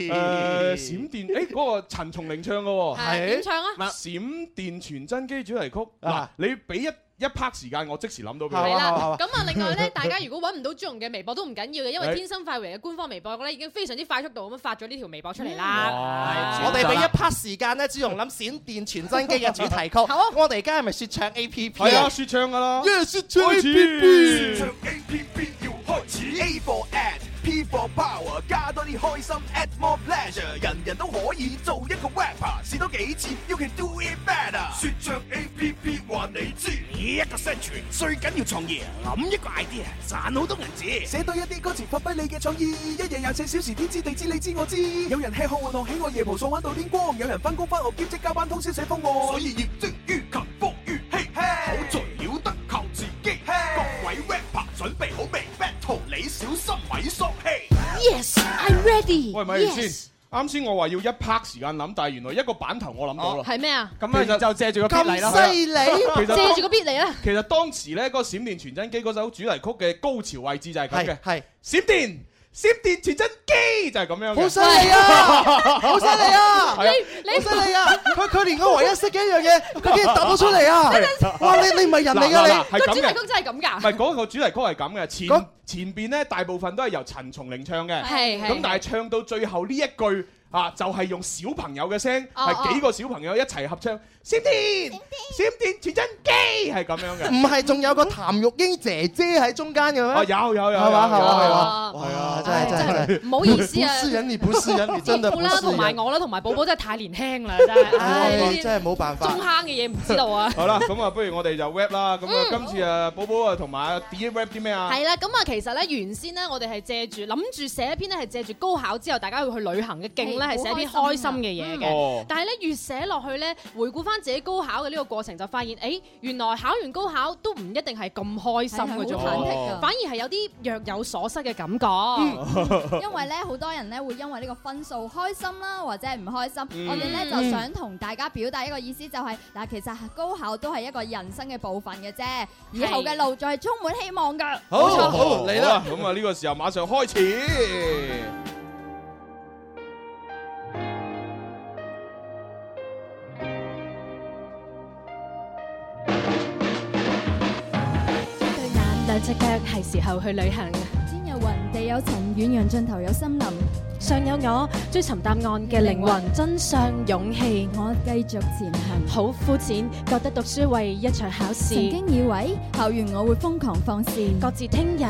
閃電，誒嗰個陳松伶唱嘅喎，係點唱啊閃電傳真機主題曲，嗱你俾一一 part 時間，我即時諗到佢。啊係啦，咁啊，另外咧，大家如果揾唔到朱紅嘅微博都唔緊要嘅，因係為天生快活人嘅官方微博咧已經非常之快速度咁樣發咗呢條微博出嚟啦。我哋俾一 part 時間咧，朱容諗閃電傳真機嘅主題 曲。我哋而家係咪説唱 A P P 係啊，説唱噶啦。 Yeah，説唱 A 開 P 始 P。 A for ad, P for power，加多啲開心，add more pleasure，人人都可以做一個 rapper，試多幾次，you can do it better。説唱 A P P 話你知，呢一個宣傳最緊要創意，諗一個 idea，賺好多銀紙。寫多一啲歌詞，發揮你嘅創意。一日廿四小時，天知地知，你知我知。有人吃喝玩樂，喜愛夜蒲，爽玩到天光。有人翻工翻學，兼職加班，通宵寫方案。所以業績於勤，福於嬉。好材料得靠自己。各位 rapper 準備好未？Battle 你小心萎縮氣。 Yes, I'm ready。喂，咪住先。啱先我話要一 part 時間諗，但係原來一個版頭我諗到啦。係咩啊？咁啊，就借住個咁 beat 嚟啦犀利其實當借住個 beat 嚟啦其實當時咧，嗰個閃電傳真機嗰首主題曲嘅高潮位置就係咁嘅，係閃電閃電傳真機就係咁樣嘅。好犀利啊！好犀利啊！係啊好犀利啊！佢佢連我唯一識嘅一樣嘢，佢竟然答到出嚟啊係啊！哇！你你唔係人嚟嗱嗱嗱㗎你係咁真嘅係咁㗎唔係嗰個主題曲係咁嘅，前前邊咧大部分都係由陳松伶唱嘅，係係咁但係唱到最後呢一句啊，就係用小朋友嘅聲，哦係幾個小朋友一齊合唱《閃電閃電傳真機》係咁樣嘅。唔係仲有個譚玉英姐姐喺中間嘅咩？啊有有有係嘛係有嘛有係嘛！啊哇！真係真係真係唔好意思啊不是人，你不是人，你真的好不啦，是同埋人。我啦，同埋寶寶真係太年輕啦，真係。唉呢啲真係冇辦法中。坑嘅嘢唔知道啊。好啦，咁啊，不如我哋就 rap 啦。咁啊，今次啊，寶寶啊，同埋啊 D rap 啲咩啊？係啦，咁啊，其實咧原先咧，我哋係借住諗住寫一篇咧，係借住高考之後大家要去旅行嘅勁咧，係係寫一篇好開開心心啊嘅嘢嗯嘅哦。但係咧越寫落去咧，回顧翻自己高考嘅呢個過程，就發現誒原來考完高考都唔一定係咁開心嘅啫係好忐忑㗎喎，反而係有啲若有所失嘅感覺。因為咧好多人咧會因為呢個分數開心啦，或者係唔開心。嗯我哋咧就想同大家表達一個意思，就係嗱，其實高考都係一個人生嘅部分嘅啫，以後嘅路就係充滿希望㗎。好，冇錯好嚟啦！咁啊，呢個時候馬上開始。對眼兩隻腳係時候去旅行，天有雲，地有塵，遠洋盡頭有森林。上有我追尋答案嘅靈魂，真相勇氣，我繼續前行。好膚淺，覺得讀書為一場考試。曾經以為校園我會瘋狂放肆，各自聽日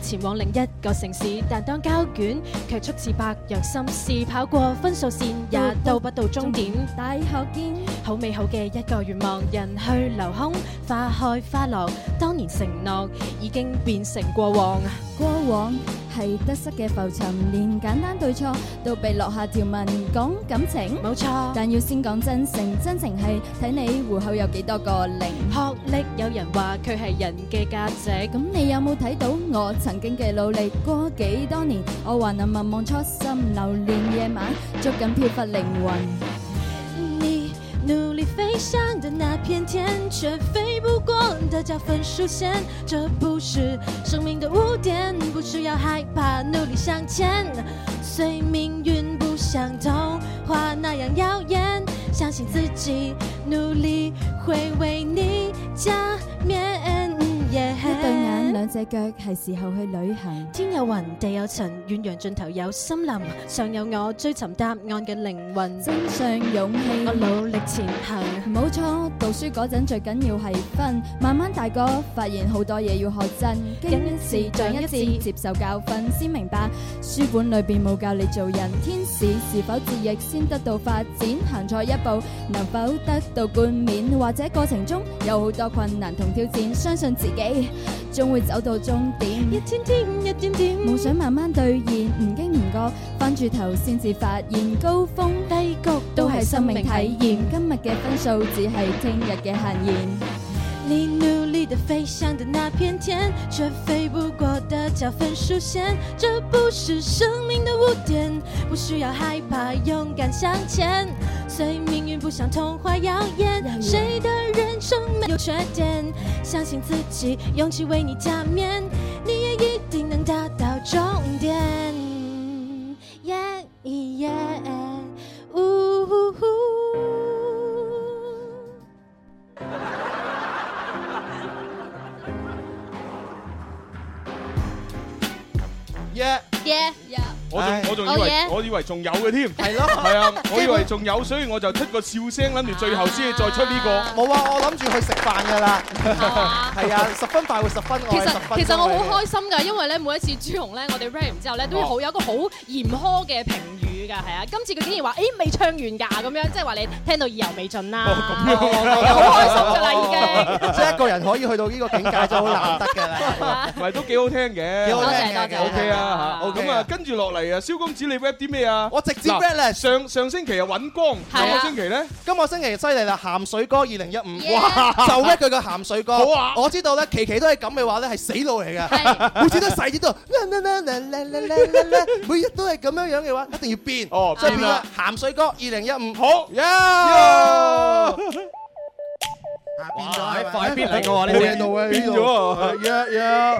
前往另一個城市，但當交卷卻速似白羊心事，跑過分數線也到不到終點。大學見，好美好嘅一個願望，人去樓空，花開花落，當年承諾已經變成過往。過往係得失嘅浮沉，連簡單對錯都被落下條文講感情。冇錯，但要先講真誠，真情係睇你户口有幾多個零。學歷有人話佢係人嘅價值，咁你有冇睇到我曾經嘅努力？過幾多年，我還能勿忘初心，流連夜晚，捉緊漂忽靈 魂。你努力飞翔的那片天，却飞不过的叫分数线。这不是生命的污点，不需要害怕，努力向前。虽命运不像童话那样耀眼，相信自己，努力会为你加冕。一對眼兩隻腳係時候去旅行。天有雲，地有塵，遠洋盡頭有森林，上有我追尋答案嘅靈魂。真相勇氣，我努力前行。冇錯，讀書嗰陣最緊要係分，慢慢大個發現好多嘢要學真，經一事長一智，接受教訓先明白書本裏邊冇教你做人，天使是否自逆先得到發展，行錯一步能否得到冠冕，或者過程中有好多困難同挑戰，相信自己總會走到終點。一天天，一天天，夢想慢慢兌現，唔經唔覺翻轉頭先至發現高峰低谷都係生命體驗，今日嘅分數只係聽日嘅閒言。你努力的飞向的那片天，却飞不过的叫分数线。这不是生命的污点，不需要害怕，勇敢向前。随命运不想童话谣言，谁的人生没有缺点？相信自己，勇气为你加冕，你也一定能达到终点。耶耶，呜呼呼。 Yeah。耶耶，我仲我仲以為我以為仲有嘅添，係咯，係啊，我以為仲有，所以我就出個笑聲，諗住最後先至再出呢個。冇啊，我諗住去食飯㗎啦。係啊，十分快活，十分其愛，十實分其實我好開。開心㗎，因為咧每一次朱紅咧，我哋 rap 完之後咧，都會好有一個好嚴苛嘅評語㗎，係啊。今次佢竟然話：，誒未唱完㗎，咁樣即係話你聽到意猶未盡啦。好開心㗎啦，已經。即係一個人可以去到呢個境界就好難得㗎啦。唔係都幾好聽嘅，幾好聽嘅多謝多謝 OK 啊嚇，咁啊跟住落嚟啊，蕭公子你 rap 啲咩啊？我直接 rap 咧。上上星期啊揾光，今個星期咧，今個星期犀利啦！鹹水歌二零一五，哇就 rap 佢個鹹水歌。好啊我知道咧，期期都係咁嘅話咧，係死路嚟㗎。每次都細啲都，啦啦啦啦啦啦啦啦每日都係咁樣樣嘅話，一定要變。哦即係變變啦啦！鹹水歌二零一五，好呀！變咗快必嚟嘅喎呢隻冇嘢到啊！變咗啊呀呀！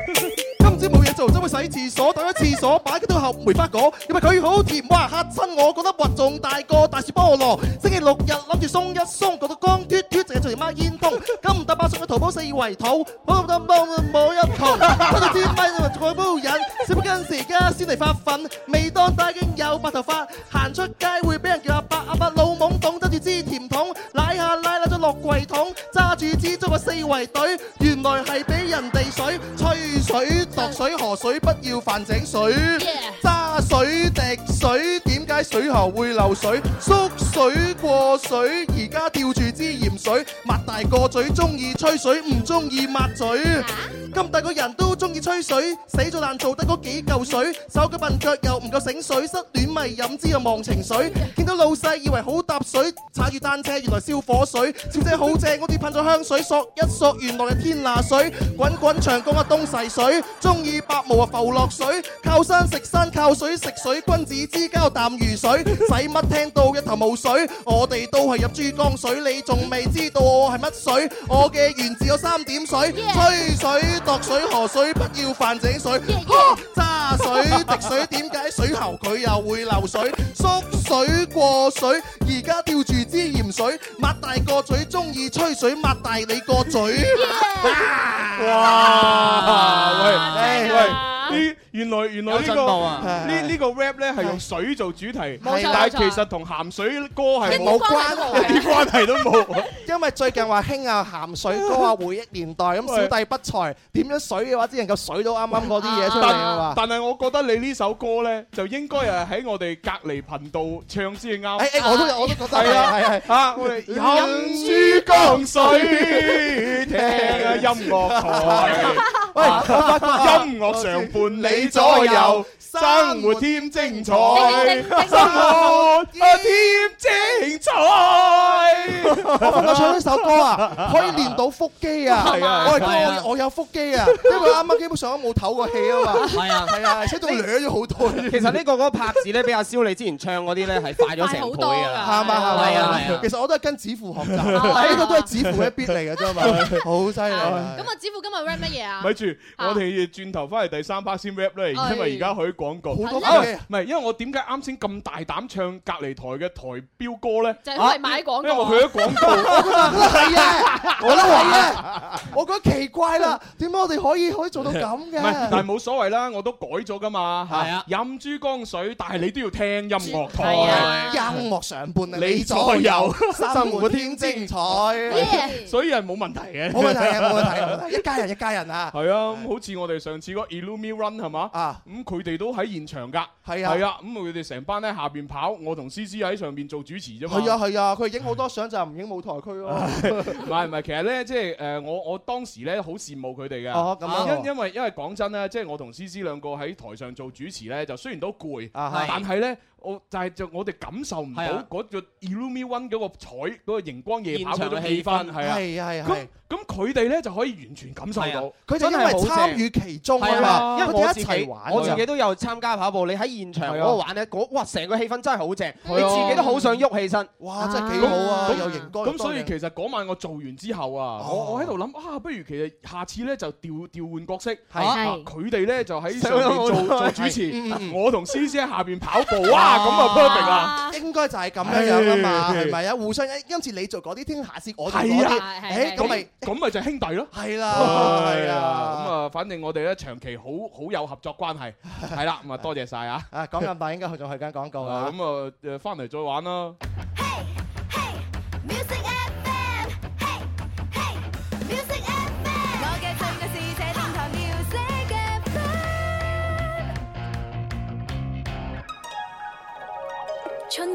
今朝冇嘢做，走去洗廁所，等咗廁所擺嗰堆盒梅花果，因為佢好甜，哇嚇親我，覺得核仲大個大樹菠蘿。星期六日諗住鬆一鬆，覺得光脱脱，淨係做條孖煙通。咁唔搭八送去淘寶四圍討，冇冇冇冇一套，開到天咪就做煲人，少不跟時家先嚟發奮，未當戴已經有白頭髮，行出街會俾人叫阿伯阿伯老懵懂，揸住支甜筒，奶下奶奶咗落櫃桶，揸住支竹個四圍隊，原來係俾人哋水，吹水度水河水不要犯井水，揸水滴水，點解水喉會流水？縮水過水，而家吊住支鹽水，擘大個嘴中意吹水，唔中意抹嘴。咁大個人都中意吹水，死咗爛做得嗰幾嚿水，手腳笨腳又唔夠醒水，失戀咪飲支又忘情水，見到老細以為好搭水，踩住單車原來燒火水，小姐好正，我哋噴咗香水，索一索原來係天拿水，滾滾長江啊東逝水，中意白毛啊浮落水，靠山食山靠水食水，君子之交淡如水，使乜聽到一頭霧水，我哋都係入珠江水，你仲未知道我係乜水，我嘅原字有三點水，吹水度水河水不要犯井水，哈揸水滴水點解水喉佢又會流水，縮水過水，而家吊住支鹽水，擘大個嘴中意吹水，擘大你個嘴。哇！喂喂，呢原來原來呢有個進步啊呢呢個 rap 咧係用水做主題，冇錯但係冇錯其實同鹹水歌係冇關關一啲關係都冇。 因為最近話興啊鹹水歌啊回憶年代咁小弟不才，點樣水嘅話只能夠水到啱啱嗰啲嘢出嚟啊嘛。但係我覺得你呢首歌咧，就應該係喺我哋隔離頻道唱先啱。誒哎誒我都我都覺得係啊係係係啊！我哋飲珠江 水，聽啊音樂台。喂，我發覺啊音樂常伴你左右，生活添精彩，叮叮叮叮生活添精彩。我發覺唱呢首歌啊，可以練到腹肌啊！係啊我係係啊我我有腹肌啊，因為啱啱基本上都冇唞過氣啊嘛。係啊係啊，而且仲掠咗好多。其實呢個嗰個拍子咧，比阿蕭你之前唱嗰啲咧係快咗成倍啊㗎啦，係嘛係嘛係啊係係嘛啊，其實我都係跟子父學習，啊呢個都係子父一必嚟嘅啫嘛，好犀利啊！咁啊，子富今日 rap 乜嘢啊？咪住，我哋轉頭翻嚟第三 part 先 rap 咧，哎因為而家去廣告。好多啊嘢唔係，因為我點解啱先咁大膽唱隔離台嘅台標歌咧？就係因為買廣告啊因為我去咗廣告。係啊，我都係啊，我覺得奇怪啦，點解我哋可以可以做到咁唔係，但係嘅？冇所謂啦，我都改咗噶嘛。係啊，飲珠江水，但係你都要聽音樂台。音樂上半啊，你左右生活添精彩。冇所以係冇問題嘅。問題啊，冇問題冇問題，一家人一家人啊！係啊，咁好似我哋上次嗰 Illumi Run 係嘛？啊，咁佢哋都喺現場㗎。係啊係啊，咁佢哋成班喺下邊跑，我同思思喺上邊做主持啫嘛。係啊係啊，佢影好多相就唔影舞台區咯。 唔係唔係，其實咧，即係誒，我我當時咧好羨慕佢哋嘅。哦咁樣因因為因為講真咧，即係我同思思兩個喺台上做主持咧，就雖然都攰，係但係咧。我就係就我哋感受唔到係啊嗰個 Illumi One 嗰個彩嗰個熒光夜跑嗰現場種嘅氣氛，係啊，係啊係啊啊咁咁佢哋咧就可以完全感受到，佢哋因為參與其中啊嘛，因為佢我哋自一己齊玩。我自己都有參加跑步，你喺現場嗰度玩咧，嗰哇成個氣氛真係好正，你啊係啊自己都好想喐起身。哇，真係幾好啊！有熒光咁所以其實嗰晚我做完之後啊，哦我我喺度諗啊，不如其實下次咧就調調換角色，啊佢哋咧就喺上面做做主嗯持，我同思思喺下邊跑步，哇咁啊 perfect 啦！！應該就係咁樣樣啊嘛，係係咪啊？互相今次你做嗰啲，聽下次我做嗰係啲，啊，誒咁咪咁咪就係兄弟咯，係啦係係啊啊，咁啊，反正我哋咧長期好好有合作關係，係啦，咁啊多謝晒啊！啊講咁大，應該佢仲去緊廣告啊啦。咁啊誒翻嚟再玩啦。 Music FM，我嘅真愛是這電台 Music FM。春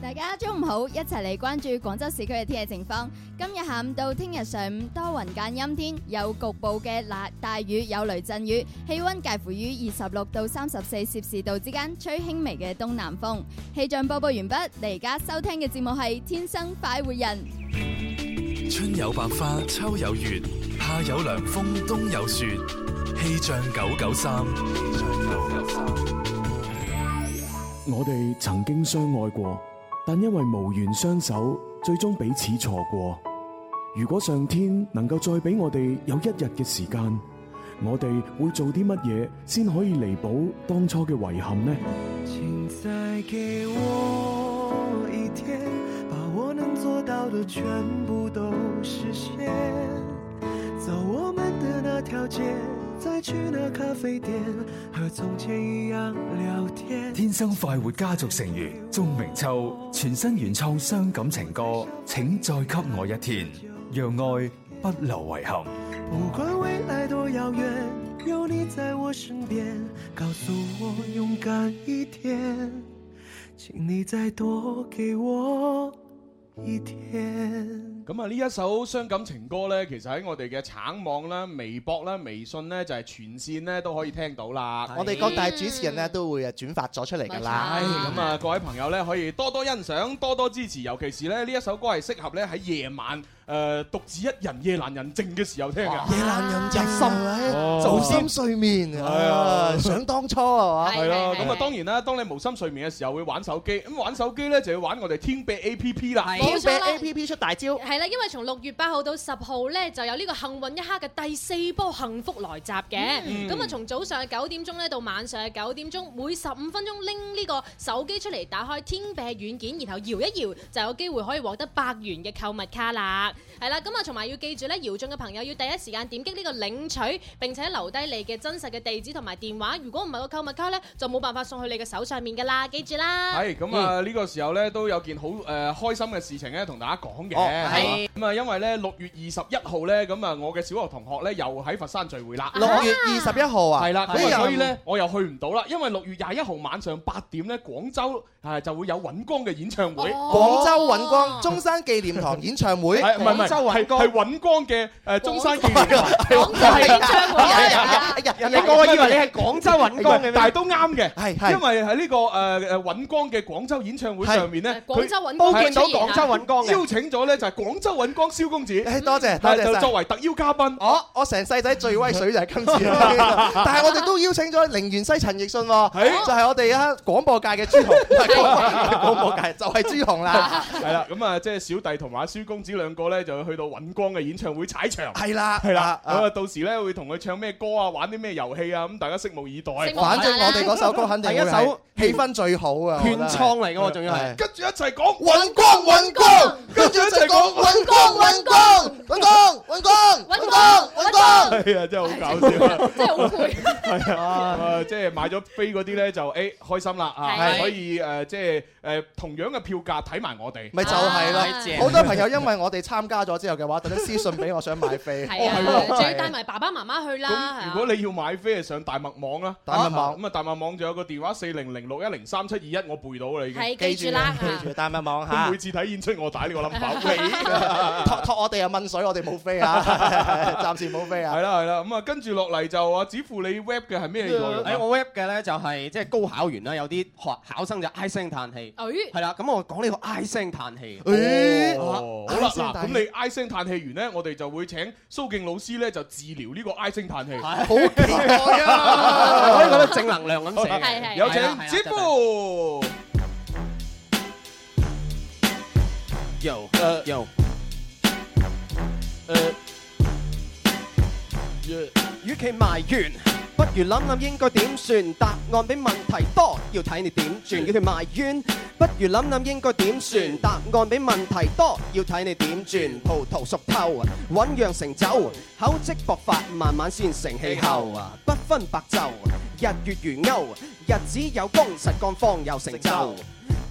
大家中午好，一齊嚟關注廣州市區嘅天氣情況。今日下午到聽日上午多雲間陰天，有局部嘅大大雨，有雷陣雨，氣温介乎於二十六到三十四攝氏度之間，吹輕微嘅東南風。氣象播報完畢，你而家收聽嘅節目係《天生快活人》。春有百花，秋有月，夏有涼風，冬有雪。氣象九九三。我哋曾經相愛過，但因為無緣相守，最終彼此錯過。如果上天能夠再俾我哋有一日嘅時間，我哋會做啲乜嘢先可以彌補當初嘅遺憾呢？请再给我一天，把我能做到的全部都实现。走我们的那条街，再去那咖啡店，和从前一样聊天。天生快活家族成員鍾明秋全新原創傷感情歌，請再給我一天，讓愛不留遺憾。不管未来多遥远，有你在我身边，告诉我勇敢一点，请你再多给我一天。咁啊，呢一首傷感情歌呢，其實喺我哋嘅橙網啦、微博啦、微信呢，就係全線呢都可以聽到啦。我哋各大主持人咧都會啊轉發咗出嚟㗎啦唉。咁啊，各位朋友呢，可以多多欣賞、多多支持，尤其是咧呢一首歌係適合呢喺夜晚誒獨自一人夜闌人靜嘅時候聽 Dạ. 嘅。夜難人靜心，早心睡眠啊啊！Dạ. 想當初啊，係啦，咁啊當然啦，當你無心睡眠嘅時候會玩手機，咁玩手機呢，就要玩我哋天幣 A P P 啦。天 Dạ. 俾 A P P 出大招。係啦，因為從六月八號到十號咧，就有呢個幸運一刻嘅第四波幸福來襲嘅。嗯咁啊，從早上嘅九點鐘咧到晚上嘅九點鐘，每十五分鐘拎呢個手機出嚟，打開天幣軟件，然後搖一搖，就有機會可以獲得百元嘅購物卡啦。係啦，咁啊，同埋要記住咧，搖中嘅朋友要第一時間點擊呢個領取，並且留低你嘅真實嘅地址同埋電話。如果唔係個購物卡咧，就冇辦法送去你嘅手上面噶啦，記住啦。係咁啊！呢個時候呢，都有件好誒開心嘅事情咧同大家講嘅，哦係嘛係咁啊，因為咧六月二十一號咧，咁啊我嘅小學同學咧又喺佛山聚會啦。 6月21號啊係啦，哎咁呀啊所以咧我又去唔到啦，因為六月廿一號晚上八點咧，廣州係就會有尹光嘅演唱哦會。廣州尹光中山紀念堂演唱會，係唔係唔係係係尹光嘅誒中山紀念堂哦廣州演唱會啊 Dạ. 人人哋個個以為你係廣州揾尹光嘅咩但係都啱嘅，係係因為喺呢個誒誒尹光嘅廣州演唱會上面咧，廣佢州尹光都見到廣州尹光嘅邀請咗咧就係廣州尹光蕭公子，多謝多但謝係晒哦就作為特邀嘉賓，我我成世仔最威水就係 今次啦，但係我哋都邀請咗陵園西陳奕迅喎，就係我哋啊廣播界嘅朱紅，唔係廣播界就係朱紅 啦。係啦，咁啊，即係小弟同埋阿蕭公子兩個咧，就去到尹光嘅演唱會踩場。係啦係啦，咁啊啊，到時咧會同佢唱咩歌啊，玩啲咩遊戲啊，咁大家拭目以待。反正我哋嗰首歌肯定會係一係首氣氛最好啊，原創嚟嘅喎仲要係跟住一齊講尹光尹光，跟住一齊講尹光尹光尹光尹光尹光尹光。係啊，真係好搞笑 啊！真係 好攰。係啊，啊即係買咗飛嗰啲咧就誒開心啦啊，係可以誒即係誒同樣嘅票價睇埋我哋。咪就係啊咯，好多朋友因為我哋參加咗之後嘅話，特登私信俾我想買飛，係啊，哦係喎仲要帶埋爸爸媽媽去啦。係如啊果你要買飛，係上大麥網啦。大麥網咁啊，大麥網仲有個電話四零零六一零三七二一，我背到啦已係經。記住啦記住啊記住大麥網嚇咁每次睇演出我打呢個 number。托托我哋啊問水，我哋冇飛啊， 暫時冇飛啊。係啦係啦，咁啊跟住落嚟就啊，子父你 rap 嘅係咩內容啊誒，哎我 rap 嘅咧就係即係高考完啦，有啲學考生就唉聲嘆氣，誒係啦，咁我講呢個唉聲嘆氣。哦好啦，嗱，咁你唉聲嘆氣完咧，我哋就會請蘇敬老師咧就治療呢個唉聲嘆氣。好期待啊 我呢個都正能量咁寫嘅係係有係啦係啦請子父。 Yo，yo，誒，與其埋怨，不如諗諗應該點算。答案比問題多，要睇你點轉。與其埋怨，不如諗諗應該點算。答案比問題多，要睇你點轉。葡萄熟透，醖釀啊成啊酒，厚積薄發，慢慢先成氣候。啊不分白晝，日月如鈎，日子有功，實幹方有成就。啊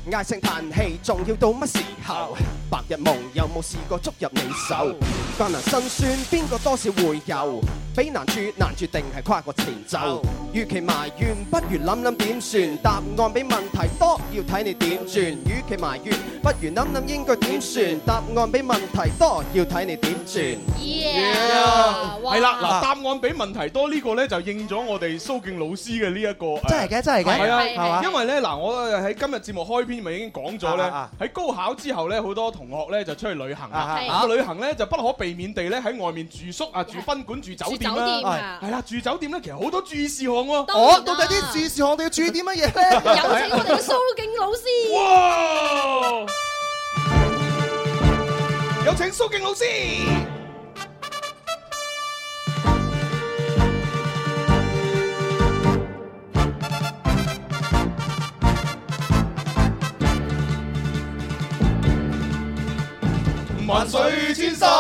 唉聲嘆氣，仲要到乜時候？白日夢有冇試過捉入你手？艱難辛酸，邊個多少會有？俾難處，難處定係跨過前奏。與其埋怨，不如諗諗點算。答案比問題多，要睇你點轉。與其埋怨，不如諗諗應該點算。答案比問題多，要睇你點轉。 Yeah，哇係啦，嗱，答案比問題多呢個咧就應咗我哋蘇敬老師嘅呢一個。真係嘅真係嘅係係啊嘛，因為咧嗱，我呃喺今日節目開篇咪已經講咗咧啊啊，喺高考之後咧，好多同學咧就出去旅行啊啦。啊咁旅行咧就不可避免地咧喺外面住宿啊，住賓館、住酒店住酒店啦啊。係啦，住酒店咧其實好多注意事項喎。我哦到底啲注意事項我哋要注意啲乜嘢咧？有請我哋嘅蘇敬老師。哇！有請蘇敬老師。萬水千山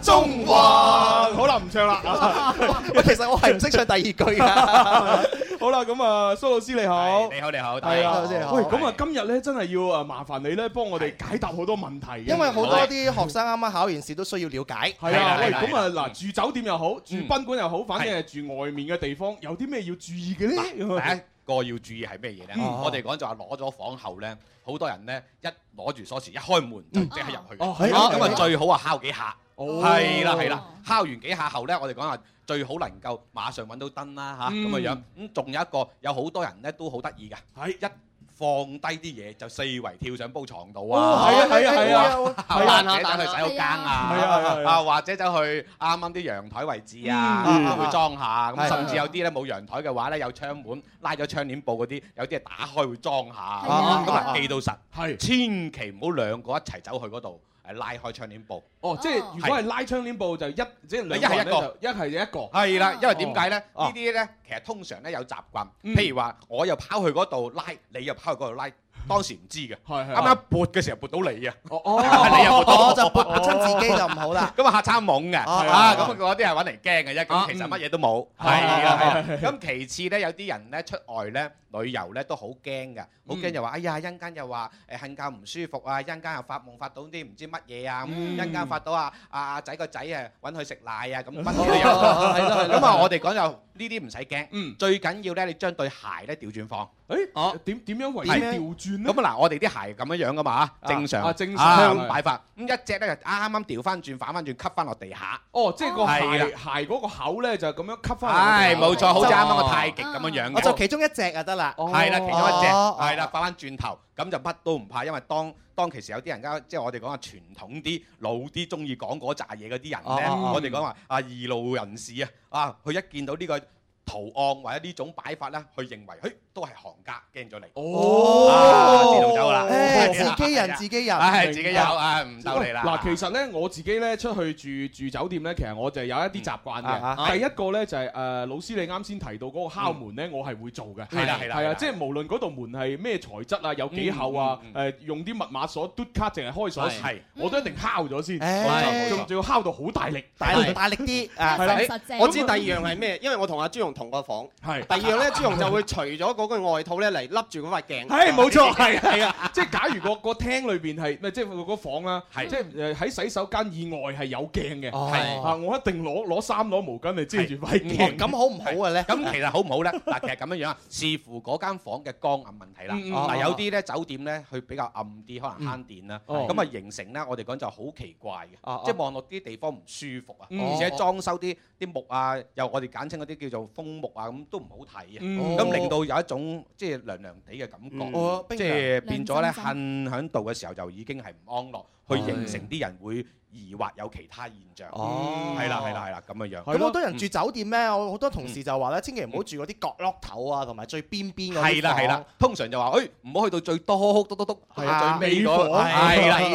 中華，好啦，唔唱啦。其實我係唔識唱第二句 㗎。 好啦，咁啊，蘇老師你好，你好你好，係啊，大家好喂，咁啊，今日咧真係要啊麻煩你咧，幫我哋解答好多問題嘅因為好多啲學生啱啱考完試都需要了解。係啊，喂，咁啊嗱，住酒店又嗯好，住賓館又好，反正係住外面嘅地方，有啲咩要注意嘅啊嗱第一咧？個要注意係咩嘢咧？嗯我哋講就話攞咗房後咧，好多人咧一攞住鎖匙一開門就即刻入去哦嘅，係啊咁係啊啊最好啊敲幾下，哦係啦係啦，敲完幾下後咧，我哋講話最好能夠馬上揾到燈啦嚇嗯咁嘅樣。咁仲有一個有好多人咧都好得意㗎，係一放低啲嘢就四圍跳上煲床度哦啊，係啊係啊係啊哦係啊或者走去洗手間啊，係啊係啊係啊啊或者走去啱啱啲陽台位置嗯啊，會裝下係咁，甚至有啲咧冇陽台嘅話咧，有窗門拉咗窗簾布嗰啲，有啲係打開會裝下，係啊咁係啊啊記到實，係千祈唔好兩個一齊走去嗰度誒拉開窗簾布。哦，即係如果係拉窗簾布就一，即係兩個人咧就一係就一個。係啦，因為點解咧？呢哦啲咧其實通常咧有習慣，嗯譬如話我又跑去嗰度拉，你又跑去嗰度拉，當時唔知嘅，係啱啱撥嘅時候撥到你 啊，哦你又撥到，哦就撥親自己就唔好 啦，咁啊嚇親懵嘅，哦啊哦咁嗰啲係揾嚟驚嘅啫，咁其實乜嘢都冇，嗯係啊係啊係係，咁其次咧有啲人咧出外咧旅遊咧都好驚㗎，好驚嗯又話哎呀一陣間又話誒瞓覺唔舒服啊，一陣間又發夢發到啲唔知乜嘢啊，咁嗯一陣間發到啊啊阿仔個仔啊揾佢食奶啊咁乜哦嘢都有，哦係咯係咯咁啊我哋講就呢啲唔使嗯驚，最緊要咧你將對鞋咧調轉放，誒點點樣為之調轉咧？哦咁啊嗱，我哋啲鞋咁樣樣噶嘛，正常啊正常啊係咁擺法，咁一隻咧就啱啱調翻轉，反翻轉，吸翻落地下。哦，即係個係鞋啦鞋嗰個口咧就咁樣吸唉，翻。冇錯，好似啱啱個太極咁樣樣嘅。我就其中一隻就得啦，係啦，其中一隻哦係啦，翻翻轉頭，咁就乜都唔怕，因為當當其時有啲人家，即係我哋講下傳統啲、老啲、中意講嗰扎嘢嗰啲人咧，哦我哋講話啊二路人士啊，啊，佢一見到呢個圖案或者呢種擺法咧，佢認為，嘿，都係行家，驚咗你。哦啊自動走啦，唉 dạ. 係啦自己人係啦自己人唉，自己有啊，唔鬥你啦。嗱，其實咧我自己咧出去住住酒店咧，其實我就有一啲習 Dạ. Dạ. 慣嗯啊嘅。第一個咧就係誒老師你啱先提到嗰個敲門咧，我係會做嘅。係啦係啦係係啊，啦即係無論嗰道門係咩材質啊，有幾厚啊，誒用啲密碼鎖嘟卡淨係開鎖匙係，我都一定敲咗先。唉仲仲要敲到好大力，大力啲啊係啦誒實淨我知第二樣係咩，因為我同阿朱紅同個房。係第二樣咧，朱紅就會除咗嗰個外套咧嚟笠住嗰塊鏡。係冇錯，係係啊！即係假如個個廳裏邊係咪即係個房啦，係即係誒喺洗手間以外係有鏡嘅，Ờ. 哦 Dạ. 係啊！我一定攞攞衫攞毛巾嚟遮住塊哦鏡。咁好唔好 à, 嘅咧？咁其實好唔好咧？嗱，其實咁樣樣啊，視乎嗰間房嘅光暗問題啦。嗯嗯嗱，哦有啲咧酒店咧，佢比較暗啲，可能慳電啦。嗯哦咁啊形成咧，我哋講就好奇怪哦嘅，即係望落啲地方唔舒服啊，嗯而且裝修啲啲木啊，又我哋簡稱嗰啲叫做風木啊，咁都唔好睇嗯啊。咁令到有一種即係涼涼地嘅感嗯哦覺，冰涼即係變咗咧涼瞓喺度嘅時候就已經係唔安樂，Ờ. 去形成啲人會疑惑有其他現象。嗯哦嗯係啦係啦係啦，咁嘅樣。咁 Ờ. 好多 ừ. 人住嗯酒店咧，我好多同事就話咧，千祈唔好住嗰啲角落頭啊，同埋最邊邊嗰啲係啦係啦，通常就話誒唔好去到最係啊尾房尾。多篤篤篤篤最尾嗰係啦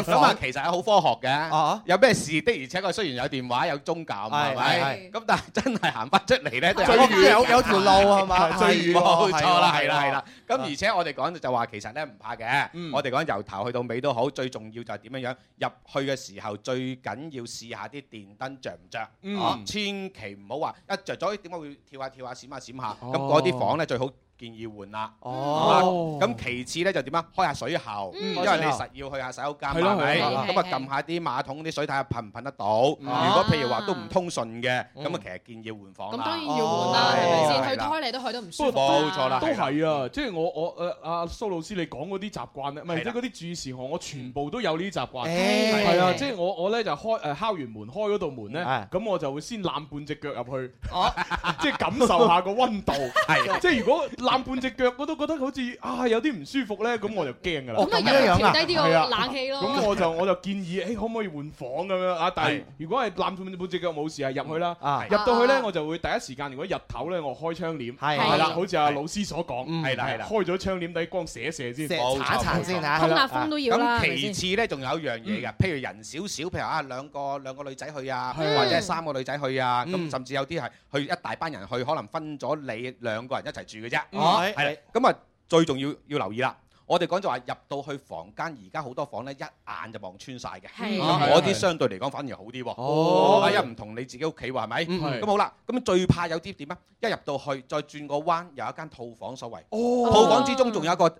咁房啊，其實係好科學嘅。有咩事的而且確雖然有電話有宗教係咪？係咁但係真係行翻出嚟咧，都最遠有有條路係嘛係最係遠喎冇錯係喎啦，啊哦係啦係啦。係咁喎而且我哋講就話其實咧唔怕嘅，嗯我哋講由頭去到尾都好，最重要就係點樣樣入去嘅時候最緊要試下啲電燈着唔着，嗯啊千祈唔好話一着咗咦點解會跳下跳下閃下閃下咁哦嗰啲房咧最好。建議換啦。哦咁其次咧就點啊？開下水喉，嗯因為你實要去下洗手間係咯嘛，係咪？係咯係咁啊撳下啲馬桶啲水睇下噴唔噴得到。如果譬如話都唔通順嘅，嗯咁啊其實建議換房啦。咁當然要換啦，係咪係先？啦去係啦拖你都去得唔舒服不過冇錯啦都係啦係啊！即係我我誒阿蘇老師你講嗰啲習慣咧，唔係即係嗰啲注意事項，我全部都有呢啲習慣。誒係啊，即係我我咧就開誒敲完門開嗰道門咧係，咁我就會先攬半隻腳入去， 即係感受下個温度。哦係，即係如果攬半隻腳我都覺得好似啊有啲唔舒服咧，咁我就驚㗎啦。哦咁咪入去咁樣樣啊調低啲個係啊冷氣咯咁我就我就建議誒可唔可以換房咁樣啊？但係如果係攬半半隻腳冇事啊，入去啦。入到去咧我就會第一時間，如果日頭咧我開窗簾，係嗯啦，好似阿老師所 Ừ。講，係啦係啦開咗窗簾底光射一射先，冇錯冇錯係啦咁其次咧，仲有一樣嘢嘅，譬如人少少，譬如啊兩個兩個女仔去啊，係啊或者係三個女仔去 À, 啊，嗯咁甚至有啲係去一大班人去，可能分咗你兩個人一齊住嘅啫。哦係啦，咁啊最重要要留意啦。我哋講就話入到去房間，而家好多房咧一眼就望穿晒嘅。係啊咁嗰啲相對嚟講反而好啲喎。哦嗯因為唔同你自己屋企喎，係咪？係咁啊好啦，咁最怕有啲點啊？一入到去再轉個彎，有一間套房所謂。哦套房之中仲有一個誒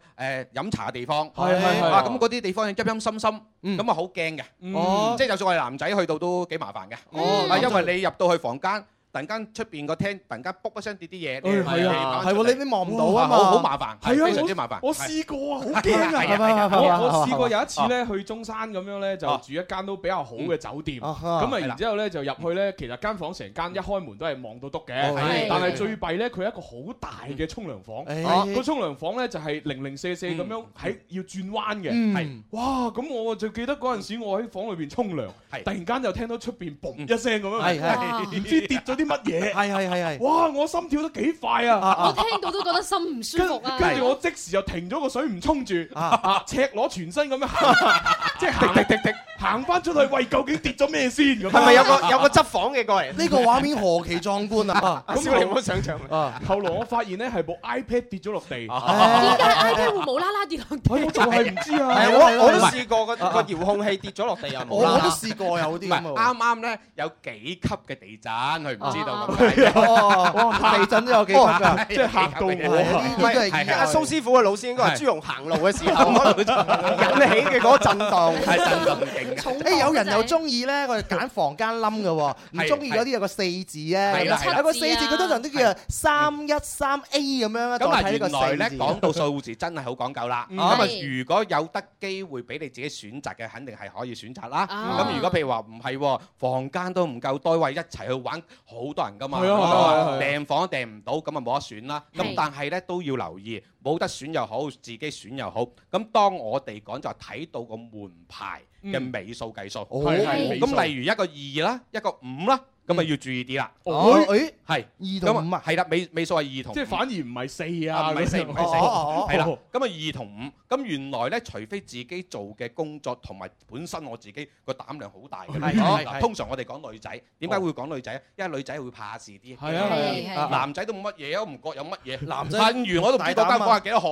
飲茶嘅地方。係係係嗯啊，咁嗰啲地方陰陰森森，咁啊好驚嘅。嗯哦即係就算我哋男仔去到都幾麻煩嘅。哦啊，因為你入到去房間。突然間出邊個廳，突然間卜一聲跌啲嘢，你誒你係啊你翻出嚟係喎你你望唔到啊嘛哇好好麻煩，係啊非常之麻煩。我我係試過啊，好係驚啊！係係係我係我係試過係有一次咧，啊嗯去中山咁樣咧，就住一間都比較好嘅酒店。咁啊，係啦然之後咧就入去咧，其實間房成間一開門都係望到篤嘅哦係，但係係最弊咧，佢有一個好大嘅沖涼房。嗯啊哎個沖涼房咧就係零零舍舍咁樣喺要轉彎嘅。嗯係哇！咁我就記得嗯嗰陣時，我喺房裏邊沖涼，突然間就聽到出邊嘣一聲咁樣，係係哇唔知跌咗啲啲乜嘢？係係係係哇！我心跳得幾快我啊！聽到都覺得心唔舒服啊！跟住我即時就停咗個水唔沖住，啊赤裸全身咁樣行，即係行滴滴滴行翻出去，喂，究竟跌咗咩先？咁係咪有個有個執房嘅過嚟？呢個畫面何其壯觀啊！咁小玲唔好上場啊！後來我發現咧係部 iPad 跌咗落地，啊點點解 iPad 會無啦啦跌落地？我就係唔知啊係係我咯我係都咯試過個啊啊個遙控器跌咗落地啊！我我都試過有唔係啱啱咧有幾級嘅地震，佢唔知道咁解啫。哦，地震都有幾級㗎，即係嚇到我呢啲都係阿蘇師傅嘅啊老師應該係係朱紅行路嘅時候，可能引起嘅嗰個 震盪係震動勁誒有人又中意咧，我哋揀房間冧嘅喎，唔中意嗰啲有個四字咧，係啦係啦有個四字佢通常都叫三一三 A 咁樣啦，咁代嗱，替呢個原來咧四字。講到數字真係好講究啦。嗯咁啊，係如果有得機會俾你自己選擇嘅，肯定係可以選擇啦。啊咁如果譬如話唔係喎，房間都唔夠多位一齊去玩，好多人噶嘛，係啊係啊係啊訂房都訂唔到，咁啊冇得選啦。咁係但係咧都要留意，冇得選又好，自己選又好。咁當我哋講就係睇到個門牌嘅尾數計數，哦係係尾數咁例如一個二啦，一個五啦，咁啊要注意啲啦。哦誒係二同五啊，係啦，尾尾數係二同五，即係反而唔係四啊，啊，唔係四，唔係四，哦係啦。咁啊，二同五，咁原來咧，除非自己做嘅工作同埋本身我自己個膽量好大嘅，係係係通常我哋講女仔，點解會講女仔？因為女仔會怕事啲，係啊係啊係男仔都冇乜嘢，我唔覺有乜嘢。男仔瞓完我都唔知嗰間房係幾多號，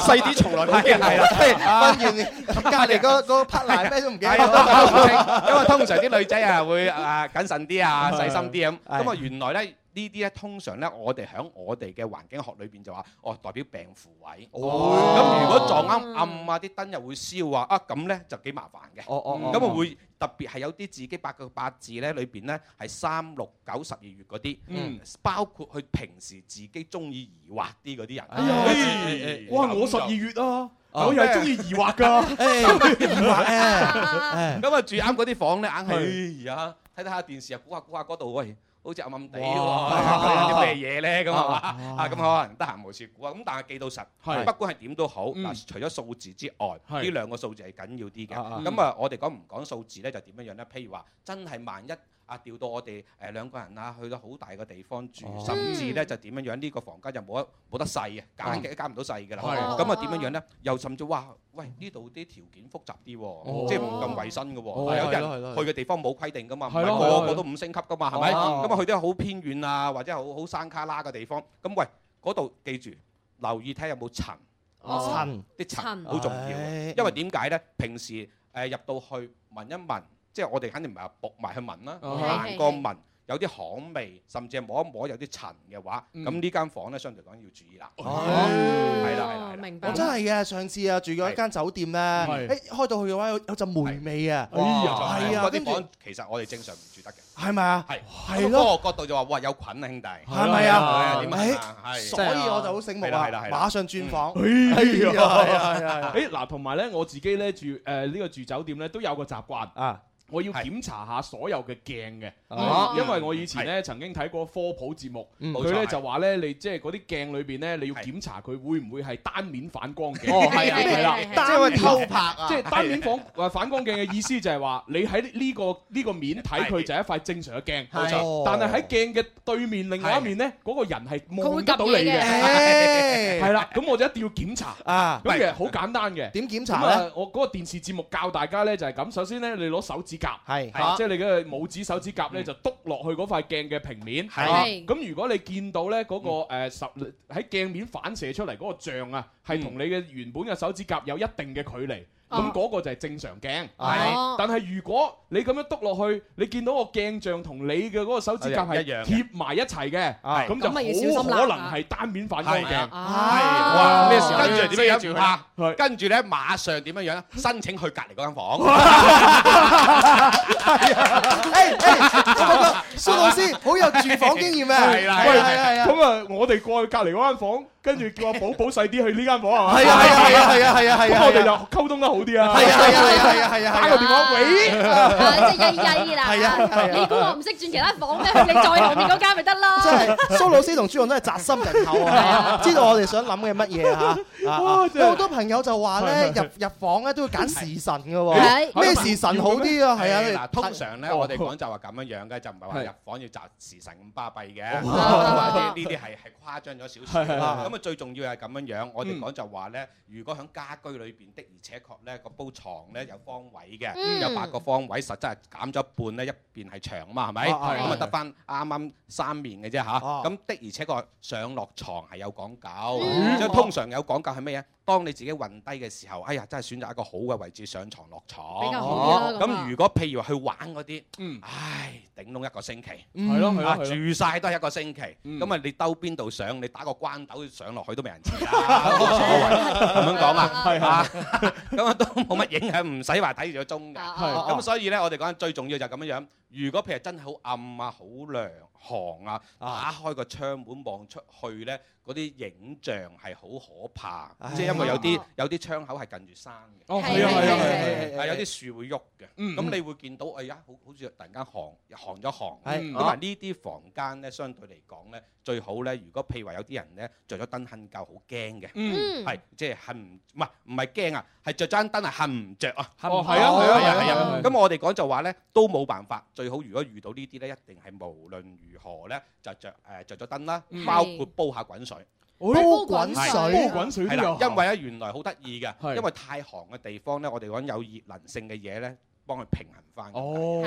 細啲從來冇係見啊係係 啦，Vâng, 瞓完隔離個個 partner 咩都唔記得係啊都唔清因為通常啲女仔啊會啊謹慎啲啊，細心啲咁。係咁啊，原來咧。呢啲咧通常咧，我哋喺我哋嘅環境學裏邊就話，哦代表病符位。咁如果撞啱暗啊，啲燈又會燒啊，啊咁咧就幾麻煩嘅。哦哦哦咁啊會特別係有啲自己八個八字咧，裏邊咧係三六九十二月嗰啲，嗯包括佢平時自己中意疑惑啲嗰啲人。哎呀，哇！我十二月啊，啊我又係中意疑惑㗎，咁啊住啱嗰啲房咧，硬係哎呀，睇睇下電視啊，估下估下嗰度，喂，好似暗暗地喎，哇有啲咩嘢咧咁係嘛？Ờ, 哇啊咁可能得閒無事估啊，咁但係記到實，係不管係點都好，嗯嗱除咗數字之外，係呢兩個數字係緊要啲 Ờ, 啊啊嘅。咁啊，我哋講唔講數字咧，就點樣樣咧？譬如話，真係萬一。啊！調到我哋誒兩個人啊，去到好大嘅地方住，哦甚至嗯咧就點樣樣呢個房間就冇得冇得細嘅，揀極都揀唔到細㗎啦。係咁啊點樣樣咧？又甚至哇，喂呢度啲條件複雜啲哦喎，即係唔咁衞生嘅哦喎，有係咯係咯係人咯去嘅地方冇規定㗎嘛，唔係咯係係個咯個都五星級㗎嘛，係咪？哦咁啊去啲好偏遠啊，或者好好山卡拉嘅地方，咁喂嗰度記住留意睇有冇塵，哦塵啲塵塵好重要唉嘅，因為點解咧？平時誒入到去聞一聞，即係我哋肯定唔係話撲埋去聞啦，哦行過聞。有啲巷味，甚至係摸一摸有啲塵嘅話，咁呢間房咧相對嚟講要注意啦。Ờ. 係啦係啦，明我真係嘅，上次 à, 啊住咗一間酒店咧，誒係開到去嘅話有有陣霉味 à. 啊，哎係啊，嗰跟啲住房其實我哋正常唔住得嘅。係咪啊？係係咯係咯，嗰個角度就話：哇，有菌啊，兄弟，係咪啊？係點啊？誒所以我就好醒 à. 目啊係啦係，啦馬上轉房。哎呀，係啊誒嗱，同埋咧，我自己咧住誒呢個住酒店咧，都有個習慣 À. 啊。我要檢查下所有嘅鏡嘅，哦啊因為我以前咧曾經睇過科普節目，嗯佢冇錯咧就話咧你即係嗰啲鏡裏邊咧，你要檢查佢會唔會係單面反光鏡？哦 係啊係係啊啦係啊，即係會偷拍啊即係單面反誒反光鏡嘅意思就係話你喺呢個呢個面睇佢就係一塊正常嘅鏡，冇錯哦但係喺鏡嘅對面另外一面咧，嗰個人係望會唔到你及你嘅誒嘅，係啦，咁我就一定要檢查 À, 啊咁其實好簡單嘅。點檢查呢我嗰個電視節目教大家咧就係咁，首先咧你攞手指甲，係啊即係你嘅拇指手指甲咧就篤落去嗰塊鏡嘅平面，係啊咁如果你見到咧嗰個誒十喺鏡面反射出嚟嗰個像啊，係同你嘅原本嘅手指甲有一定嘅距離。咁哦嗰個就係正常鏡，啊哦但係如果你咁樣篤落去，你見到個鏡像同你嘅嗰個手指甲係一樣嘅貼埋一齊嘅，係咁咁咪要就小好心啦可能係單面反光鏡。哇！咩事？跟住點樣遮樣住唔佢怕？跟住咧，馬上點樣樣申請去隔離嗰間房。蘇老師好有住房經驗啊！係啦，係啊係啊係啊咁啊，我哋過去隔離嗰間房，跟住叫阿寶寶細啲去呢間房係嘛？係啊係啊係啊係啊係啊咁我哋就溝通得好啲啊！係啊係啊係啊係啊打個電話啊喂，即係曳曳啦！係啊係啊你估我唔識轉其他房咩？你再後面嗰間咪得咯。真係蘇老師同朱紅都係宅心仁厚啊，知道我哋想諗嘅乜嘢啊！嘛？啊哇真係有好多朋友就話咧，入入房咧都要揀時辰嘅喎，係咩時辰好啲啊？係誒啊嗱，，通常咧我哋講就話咁樣樣嘅，就唔係話係入房要擇時辰咁巴閉嘅，哦咁啊呢呢啲係係誇張咗少係係少。係嗯咁啊最重要係咁樣樣，我哋講就話咧，如果喺家居裏邊的而且確咧個煲床咧有方位嘅，嗯有八個方位，實質係減咗一半咧，一邊係長嘛，係咪？哦啊係咁啊得翻啱啱三面嘅啫吓，哦咁的而且確上落床係有講嗯究，即係通常有講究係咩嘢？當你自己暈低嘅時候，哎呀，真係選擇一個好嘅位置上床落床。比較好啲啦咁啊咁如果譬如話去玩嗰啲，嗯，唉，頂籠一個星期，嗯係咯係咯嗯啊係咯住晒都係一個星期。咁啊，你兜邊度上，你打個關斗上落去都未人知啦， 冇所謂咁樣講啊，係啊，咁啊都冇乜影響，唔使話睇住個鐘㗎。啊係咁所以咧，我哋講最重要就係咁樣樣。如果譬如真係好暗啊、好涼寒啊，打開個窗門望出去咧，嗰啲影像係好可怕，即係因為有啲有啲窗口係近住山嘅。哦係啊係啊係啊係啊係啊有啲樹會喐嘅。嗯咁你會見到，哎呀，好好似突然間寒寒咗寒。係哦咁啊，呢啲房間咧，相對嚟講咧，最好咧，如果譬如話有啲人咧着咗燈瞓覺好驚嘅，嗯係即係瞓唔唔係唔係驚啊，係着咗燈係瞓唔着啊。哦係啊係啊係啊係係啊啊。ờ, 咁我哋講就話咧，都冇辦法。最好如果遇到呢啲咧，一定係無論如何咧，就着誒着咗燈啦，嗯包括煲下滾水。哦煲滾水係煲滾水都係啦有因為咧原來好得意嘅，因為太寒嘅地方咧，我哋講有熱能性嘅嘢咧，幫佢平衡翻。哦，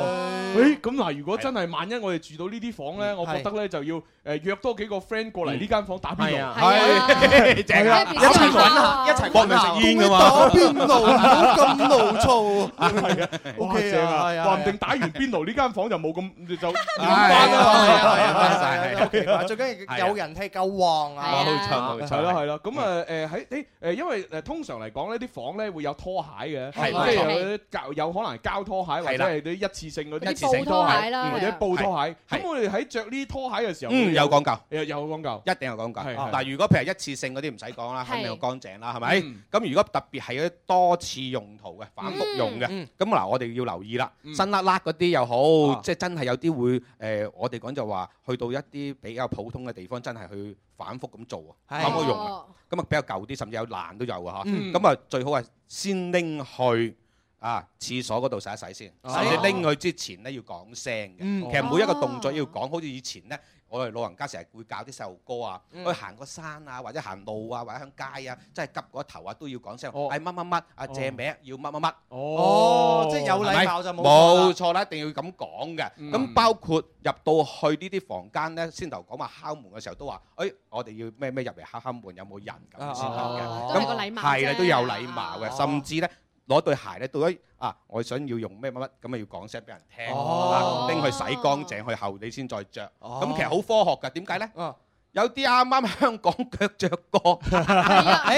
誒咁嗱，如果真係萬一我哋住到呢啲房咧，我覺得咧就要誒約多幾個 friend 過嚟呢間房打邊係爐啊，係正啊一齊揾下一齊揾下搏命食煙㗎嘛打邊爐啊唔好咁怒躁，係啊，OK 啊係啊話唔定打完邊爐呢間房就冇咁就係啊係啊係啊係啊係啊最緊要有人氣夠旺啊！冇錯係啦係啦，咁啊誒喺誒誒，因為誒通常嚟講呢啲房咧會有拖鞋嘅，係即係係有啲膠有可能係膠拖鞋或係者啦係啲一次性嗰啲一次性布拖鞋啦嗯或者係啊布拖鞋。咁我哋喺着呢啲拖鞋嘅時候，嗯，有講究，有有講究，一定有講究。係係嗱，如果譬如一次性嗰啲唔使講啦，係肯定要乾淨啦，係咪嗯？咁如果特別係嗰啲多次用途嘅、反覆用嘅，嗯咁嗱，我哋要留意啦。嗯啊新甩甩嗰啲又好，即係真係有啲會誒，我哋講就話去到一啲比較普通嘅地方，真係去反覆咁做啊，係反覆用啊哦。咁啊比較舊啲，甚至有爛都有啊嚇。嗯咁啊最好係先拎去。啊！廁所嗰度洗一洗先，哦甚至拎去之前咧要講聲嘅。嗯其實每一個動作要講，好似以前咧，我哋老人家成日會教啲細路哥啊，嗯去行個山啊，或者行路啊，或者響街啊，真係急嗰頭啊，都要講聲，哦係乜乜乜啊，借名要乜乜乜。哦即係有禮貌就冇錯啦哦冇錯啦，一定要咁講嘅。嗯咁包括入到去呢啲房間咧，先頭講話敲門嘅時候都話，誒，我哋要咩咩入嚟敲敲門，有冇人咁先得嘅哦。咁都係個禮貌啫係啦，都有禮貌嘅，哦甚至咧。攞對鞋咧，到咗啊，我想要用咩乜乜，咁啊要講聲俾人聽，哦啊拎去洗乾淨，去後你先再着。哦咁其實好科學㗎，點解咧？哦有啲啱啱香港腳着 過，誒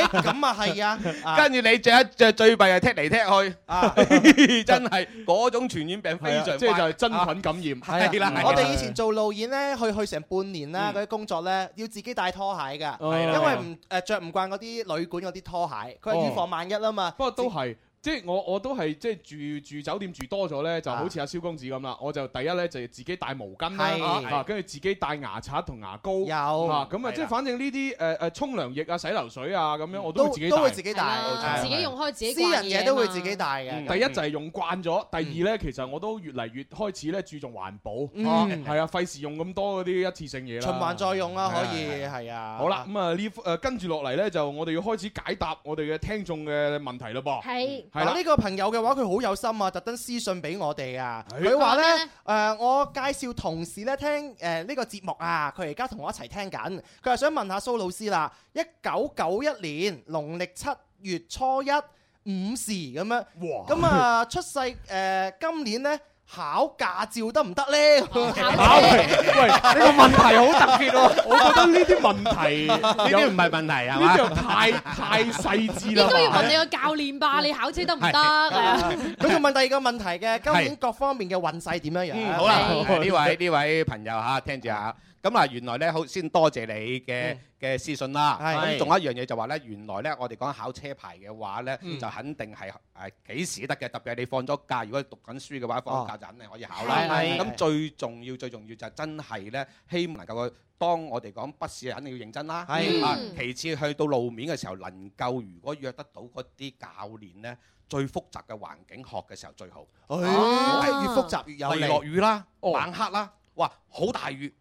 咁啊係啊，跟住你着一着最弊係踢嚟踢 去，啊真係嗰種傳染病非常快，即係就係真菌感啊染。係啦，我哋以前做路演咧，去去成半年啦，嗰啲工作咧要自己帶拖鞋㗎，係啊啦因為唔誒著唔慣嗰啲旅館嗰啲拖鞋，佢係預防萬一啊嘛。不過都係。即係我我都係即係住住酒店住多咗咧，就好似阿蕭公子咁啦。我就第一咧就自己帶毛巾係啦，啊跟住自己帶牙刷同牙膏，有啊咁啊，即係反正呢啲誒誒沖涼液啊、洗頭水啊咁樣，我都會自己都帶會自己帶係啦自己用開自己私人慣嘢啊嘢都會嘛自己帶嘅。第一就係用慣咗，第二咧其實我都越嚟越開始咧注重環保，嗯啊係啊，費事用咁多嗰啲一次性嘢啦。循環再用啦，可以係啊。係啊。好啦，咁啊呢誒跟住落嚟咧，就我哋要開始解答我哋嘅聽眾嘅問題咯噃。係係啦嗱呢個朋友嘅話，佢好有心啊，特登私信俾我哋啊。係佢話呢，誒，我介紹同事呢聽誒呢個節目啊，佢而家同我一齊聽緊。佢係想問下蘇老師啦，一九九一年農曆七月初一午時咁樣，咁啊出世誒、今年呢，考駕照得唔得呢？喂，呢個問題好特別喎， 我覺得呢啲問題呢啲唔係問題係呢嘛啲又太太細緻啦。應該要問你個教練吧，你考車得唔得？係啊，佢仲問第二個問題嘅，今年各方面嘅運勢點樣樣？嗯好啦，呢位呢位朋友嚇，聽住嚇。咁嗱，原來咧好先多謝你嘅嘅私信啦。係咁仲有一樣嘢就話咧，原來咧我哋講考車牌嘅話咧，嗯就肯定係誒幾時得嘅。特別係你放咗假，如果讀緊書嘅話，放咗假就肯定可以考啦。係係咁最重要最重要就真係咧，希望能夠當我哋講筆試肯定要認真啦。係啊嗯，其次去到路面嘅時候，能夠如果約得到嗰啲教練呢，最複雜嘅環境學嘅時候最好。哎係越複雜越有例利如啊落雨啦、哦冷黑啦，哇，好大雨。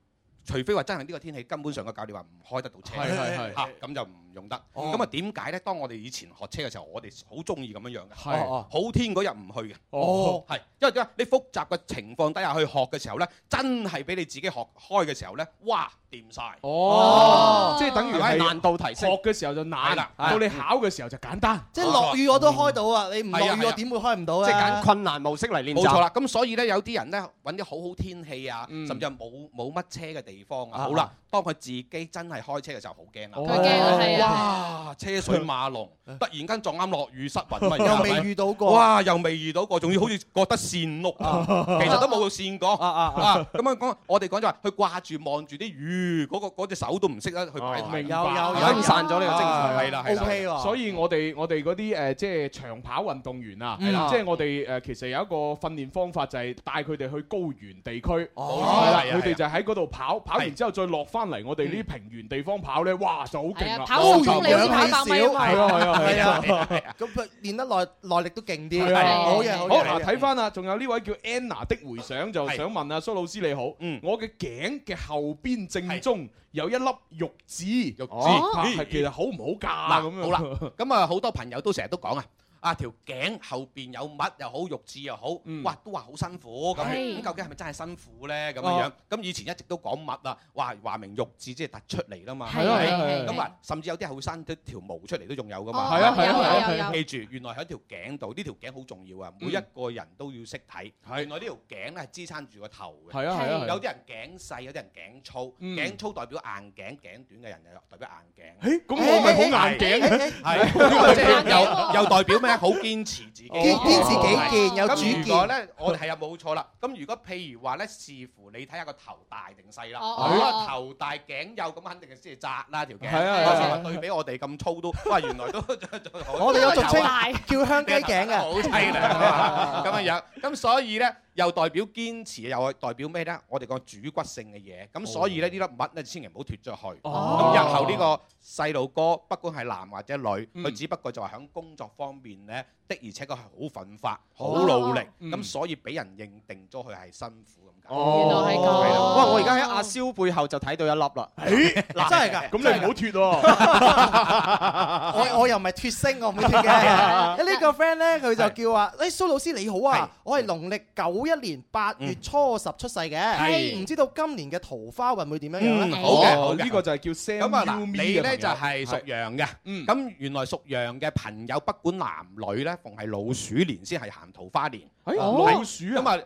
除非話真係呢個天氣，根本上個教練話唔開得到車，係係係嚇咁就唔用得。哦咁啊點解呢？當我哋以前學車嘅時候，我哋好中意咁樣樣嘅。係哦好天嗰日唔去嘅。哦係因為點解？你複雜嘅情況底下去學嘅時候呢，真係俾你自己學開嘅時候呢，哇掂晒。哦，即係等於係咪係難度提升學嘅時候就難，係啦係到你考嘅時候就簡單。即係落雨我都開到啊！你唔落嗯係啊雨係我啊點會開唔到啊？即係揀困難模式嚟練習冇錯啦，咁所以咧有啲人咧揾啲好好天氣啊，嗯甚至係冇冇乜車嘅地方啊，啊好啦，當佢自己真係開車嘅時候好驚啦，佢驚啊係啊哇，車水馬龍，突然間撞啱落雨失魂，咪又係咪未遇到過哇，又未遇到過，仲要好似覺得跣碌啊，其實都冇跣過啊，咁樣講，我哋講就話佢掛住望住啲雨，嗰個嗰隻手都唔識得去擺明白啊分散咗呢個精神，係啦係啦所以我哋我哋嗰啲誒即係長跑運動員啊，嗯即係我哋誒其實有一個訓練方法就係帶佢哋去高原地區，哦係啦，係啊佢哋係啊就喺嗰度跑，跑完之後再落翻嚟我哋呢啲平原地方跑咧，哇就好勁啊啊啦！跑十公里好似係跑百米啊嘛啊係啊係啊係啊咁佢練得耐耐力都勁啲。係啊，好嘢好嘢。嗱，睇翻啊，仲有呢位叫 Anna 的回想，就想問啊，蘇老師你好，我嘅頸嘅後邊正中有一粒玉子，玉子咦其實好唔好嗱㗎咁樣？好啦，咁啊好多朋友都成日都講啊，啊條頸後邊有物又好，肉痣又好，哇都話好辛苦咁，係咁究竟係咪真係辛苦咧？咁樣樣哦，咁以前一直都講物啊，哇話明肉痣即係突出嚟啦嘛，係啊係啊係啊咁啊甚至有啲係會生咗條毛出嚟都仲有噶嘛，哦係啊係啊咪有有有有記住原來喺條頸度，呢條頸好重要啊，每一個人都要識睇，原來呢條頸咧係支撐住個頭嘅，係啊係啊係啊有啲人頸細，有啲人頸粗，嗯頸粗代表硬頸，頸短嘅人就代表硬頸。誒，咁我咪好硬頸啊嘅，係呢個即係又又代表咩？好堅持自己，堅哦堅持己見有主見咁如果咧，我哋係有冇錯啦？咁如果譬如話咧，視乎你睇下個頭大定細啦。哦哦如果頭大頸幼咁，肯定係先係窄啦條頸。係啊係啊有時話對比我哋咁粗都， 哇！原來都 我我哋有俗稱大。叫香雞頸嘅， 好 犀利啊咁樣樣。咁所以咧，又代表堅持，又係代表咩咧？我哋講主骨性嘅嘢。咁所以咧，呢粒物咧，千祈唔好脱咗去。哦咁日後呢個細路哥，不管係男或者女，嗯佢只不過就係喺工作方面咧，的而且確係好奮發、好哦努力。嗯咁所以俾人認定咗佢係辛苦咁解。哦係啦哇！我而家喺阿蕭背後就睇到一粒啦。嗱真係㗎哦咁你唔好脱喎。我我又唔係脱星，我唔會脱啊嘅。呢個 friend 咧，佢就叫話：，誒蘇老師你好啊，我係農曆九一年八月初十出世嘅，係唔知道今年嘅桃花運會點樣樣咧？好嘅，哦好嘅呢個就係叫 Sam 咁啊 You 嗱， Me 你嘅朋咧友嗯就係屬羊嘅，咁啊原來屬羊嘅朋友，不管男女咧，逢係老鼠年先係行桃花年。哎係老鼠啊咁啊，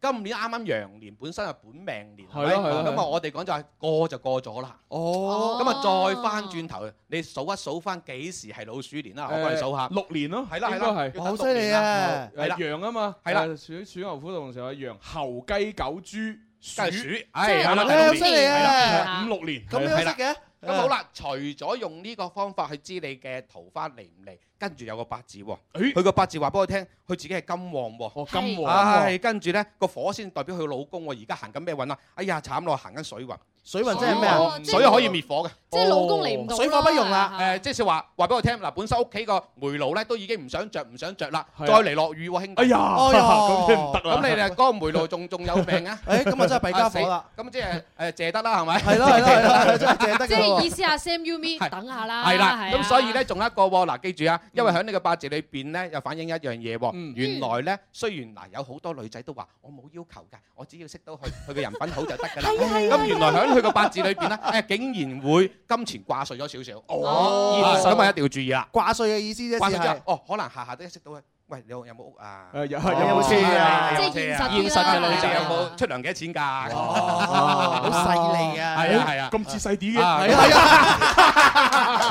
今年啱啱羊年本身係本命年，係咯係咯係咯咁啊，我哋講就係過就過咗啦。哦咁啊，再翻轉頭，你數一數翻幾時係老鼠年啦？我幫你數下誒。六年咯，啊係啦應係該啦係要等哇好犀利啊六年啦係誒啦羊啊嘛，係啦誒鼠鼠牛虎同時有羊猴雞狗豬鼠係鼠係係啦係啦咁犀利啊係啦五六年咁你都係啦識嘅咁好啦，除咗用呢個方法去知你嘅桃花嚟唔嚟，跟住有個八字喎，佢個八字話俾我聽，佢自己係金旺喎，哦金旺唉，跟住咧個火先代表佢老公喎，而家行緊咩運啊？哎呀，慘咯，行緊水運，水運即係咩啊哦即係水可以滅火嘅，即係老公嚟唔啊到啦水火不容啦誒，即是話話俾我聽，嗱，本身屋企個煤爐咧都已經唔想着，唔想着啦，係啊再嚟落雨喎，兄弟，哎呀哎呀咁真係唔得啦 啊咁你哋嗰個煤爐仲仲有命啊？ 誒咁啊真係弊家伙啦啊！死咁即係誒借得啦，係 咪？係咯係咯係咯真係借得㗎喎即係意思啊，Sam U Me 等下啦，係啦，係啊咁所以咧仲有一個喎，嗱記住啊，因為喺你嘅八字裏邊咧又反映一樣嘢嗯喎，原來咧雖然嗱有好多女仔都話我冇要求㗎，我只要識 到佢，佢嘅人品好就得㗎啦。咁原來喺佢個八字裏邊咧，誒竟然會金錢掛帥咗少少，哦啊咁啊一定要注意啦。掛帥嘅意思啫，掛帥之係後，哦可能下下都一識到佢，喂你有冇屋啊？誒有有哦冇車啊有冇即係車啊現實啲現啦實嘅女仔有冇出糧幾多錢㗎？哦好犀利啊！係啊係啊，咁似細啲嘅，哦係啊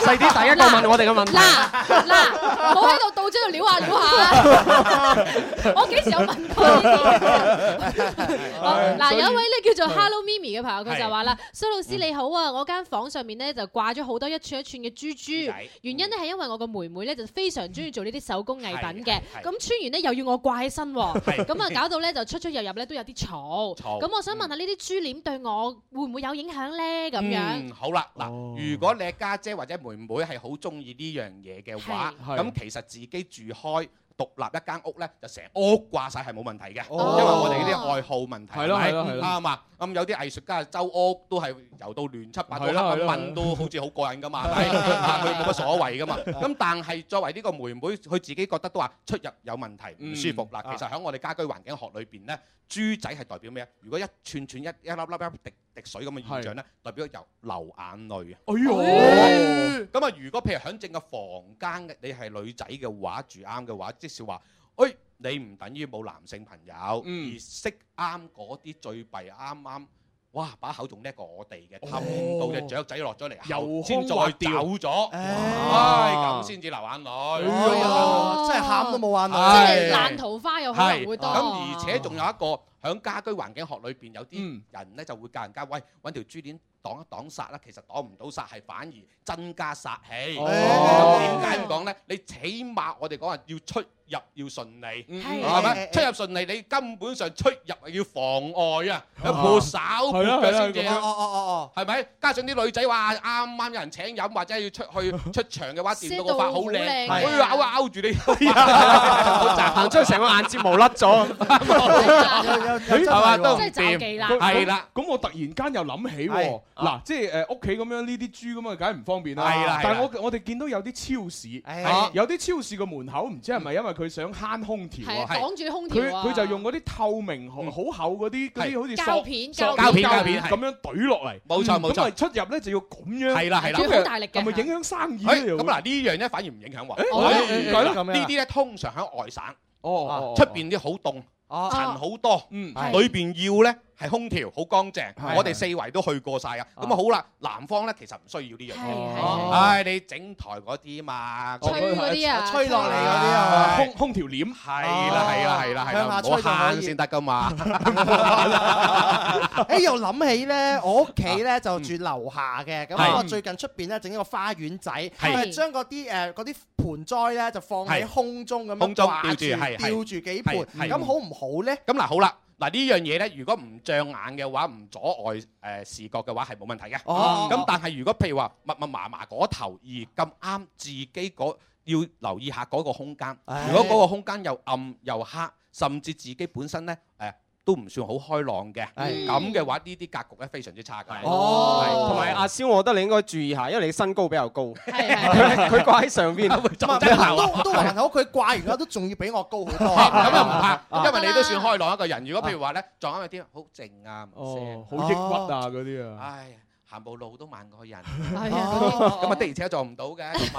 細啲第一個問我哋嘅問題。嗱，唔好喺度倒冇喺度撩下撩下？我幾時有問過呢啲？哦啊嗱，有一位咧叫做 Hello Mimi 嘅朋友，佢就話啦：，蘇老師你好啊，我間房上面咧就掛咗好多一串一串嘅珠珠，原因咧係因為我個妹妹咧就非常中意做呢啲手工藝品嘅，係咁係穿完咧又要我掛起身喎，係咁啊搞到咧就出出入入咧都有啲嘈。嘈咁我想問下呢啲珠鏈對我會唔會有影響咧？咁樣嗯，好啦，嗱，如果你家姐或者妹妹係好中意呢樣嘢嘅話，係咁其實自己住開。獨立一間屋咧，就成屋掛晒係冇問題嘅，因哦為我哋呢啲愛好問題係咯係咪係咯係咯啱啊！咁有啲藝術家周屋都係由到亂七八糟係咯黑係咯係蚊咯都好似好過癮噶嘛， 係咪啊佢冇乜所謂噶嘛。咁但係作為呢個妹妹，佢自己覺得都話出入有問題，唔舒服。嗯嗱，其實喺我哋家居環境學裏邊咧，豬仔係代表咩啊？如果一串串一一粒粒一滴滴水咁嘅現象咧，代表由流眼淚啊！哦哎呦！咁啊，如果譬如喺正嘅房間，你係女仔嘅話，住啱嘅話，即是話，哎，你唔等於冇男性朋友，而識啱嗰啲最弊啱啱。哇！把口仲叻過我哋嘅，氹到只雀仔落咗嚟後，又先再腔走外調咗，唉，咁先至流眼淚。哎呀真係喊都冇眼淚係即係爛桃花哦有可能會多。係咁而且仲有一個喺家居環境學裏邊，嗯有啲人咧就會教人家喂揾條珠鏈擋一擋殺啦，其實擋唔到殺，係反而增加殺氣。咁點解咁講咧？你起碼我哋講話要出入要順利，係係咪？係出入順利，你根本上出入要妨礙啊，啊有潑手潑係腳啦係先啦至啊。咁樣哦哦係咪？加上啲女仔話啊啱啱有人請飲或者要出去出場嘅話，電到個髮好靚，先到好靚佢咬啊勾住你。行出去成個眼睫毛甩咗， 係啊嘛都唔真係掂詐忌啦係啦。咁我突然間又諗起係喎，嗱，即係誒屋企咁樣呢啲豬咁啊，梗係唔方便啦。係啦係啦但係我我哋見到有啲超市，係有啲超市嘅門口唔知係咪因為佢想慳空調係啊，擋住空調啊佢佢就用嗰啲透明好好厚嗰啲嗰啲好似塑膠片塑膠片嗯膠啊膠片係咁樣懟落嚟。冇錯冇錯咁咪出入咧就要咁樣。係啦係啦咁仲要好大力嘅係咪影響生意哎咧？咁嗱，呢樣咧反而唔影響喎。誒哦哎點解咧嗱呢啲咧通常喺外省，哦出邊啲好凍，塵好多，係裏邊要咧係空調好乾淨。係我哋四圍都去過晒啊。咁啊好啦，南方咧其實唔需要呢樣係嘢。係唉，你整台嗰啲嘛，吹嗰啲啊吹落嚟嗰啲係啊空空調簾係啦係啦係啦係啦唔向下，好吹就可以慳先得噶嘛。誒又諗起咧，我屋企咧就住樓下嘅，咁係我最近出邊咧整一個花園仔，係係將嗰啲誒嗰啲盆栽咧就放喺係空中咁樣空中掛吊住係係吊住幾盆，係係咁好唔好咧？咁嗱，好啦，嗱呢樣嘢咧，如果唔障眼嘅話，唔阻礙誒、呃、視覺嘅話，係冇問題嘅。哦咁但係如果譬如話密密麻麻嗰頭，而咁啱自己嗰要留意下嗰個空間。唉如果嗰個空間又暗又黑，甚至自己本身咧誒。呃都唔算好開朗嘅，係咁嘅話呢啲格局咧非常之差㗎。係同埋阿蕭，我覺得你應該注意下，因為你身高比較高，係佢佢掛喺上邊會撞低頭都都還好，佢掛完啦，都仲要比我高好多。咁又唔怕，因為你都算開朗一個人。如果譬如話咧，撞啱有啲人好靜啊，唔聲，好抑鬱啊嗰啲啊。唉，行步路都慢過人，係啊咁啊的而且確撞唔到嘅，起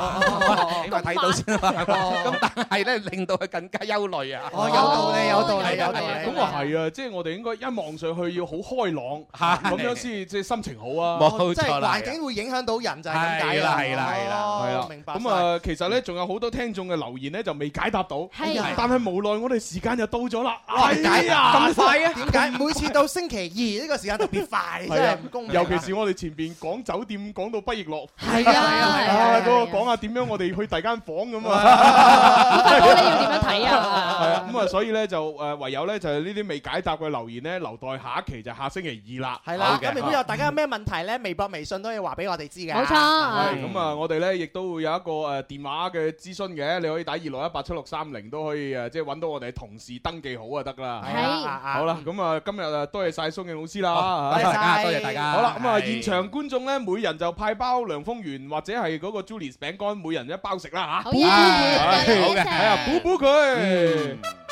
碼睇到先啊嘛。咁但 係咧，令到佢更加憂慮啊。哦有道理有道理係啊有道理係啊咁啊係啊，即係我哋應該一望上去要好開朗，係咁樣先即係心情好啊。冇即係環境會影響到人就係咁解係啦。啦，係啦，係哦啦，係啦。明白咁啊，其實咧仲有好多聽眾嘅留言咧就未解答到，係啊但係無奈我哋時間就到咗啦。哇哎呀，咁快嘅？點解每次到星期二呢個時間特別快？真係係啊唔公，平啊。尤其是我哋前邊講酒店講到不亦樂乎，係啊係啊係啊係啊嗰個講下點樣我哋去第間房咁 啊，發哥你要點樣睇啊？係啊，咁啊，所以咧就誒唯有咧就係呢啲未解答嘅留言咧，留待下一期就下星期二啦。 係啦，咁如果有啊大家有咩問題咧，微博、微信都可以話俾我哋知嘅。係咁啊，我哋咧亦都會有一個誒電話嘅諮詢嘅，你可以打二六一八七六三零都可以誒，呃即係揾到我哋同事登記好就得啦。係啊哦好啦，咁啊今日啊多謝晒蘇敬老師啦，啊好多謝大家多謝大家好啦，咁啊係現場觀眾咧，每人就派包涼風圓或者係嗰個 Julie's 餅乾，每人一包食啦嚇。好嘢係好嘅嗯係啊，補補佢。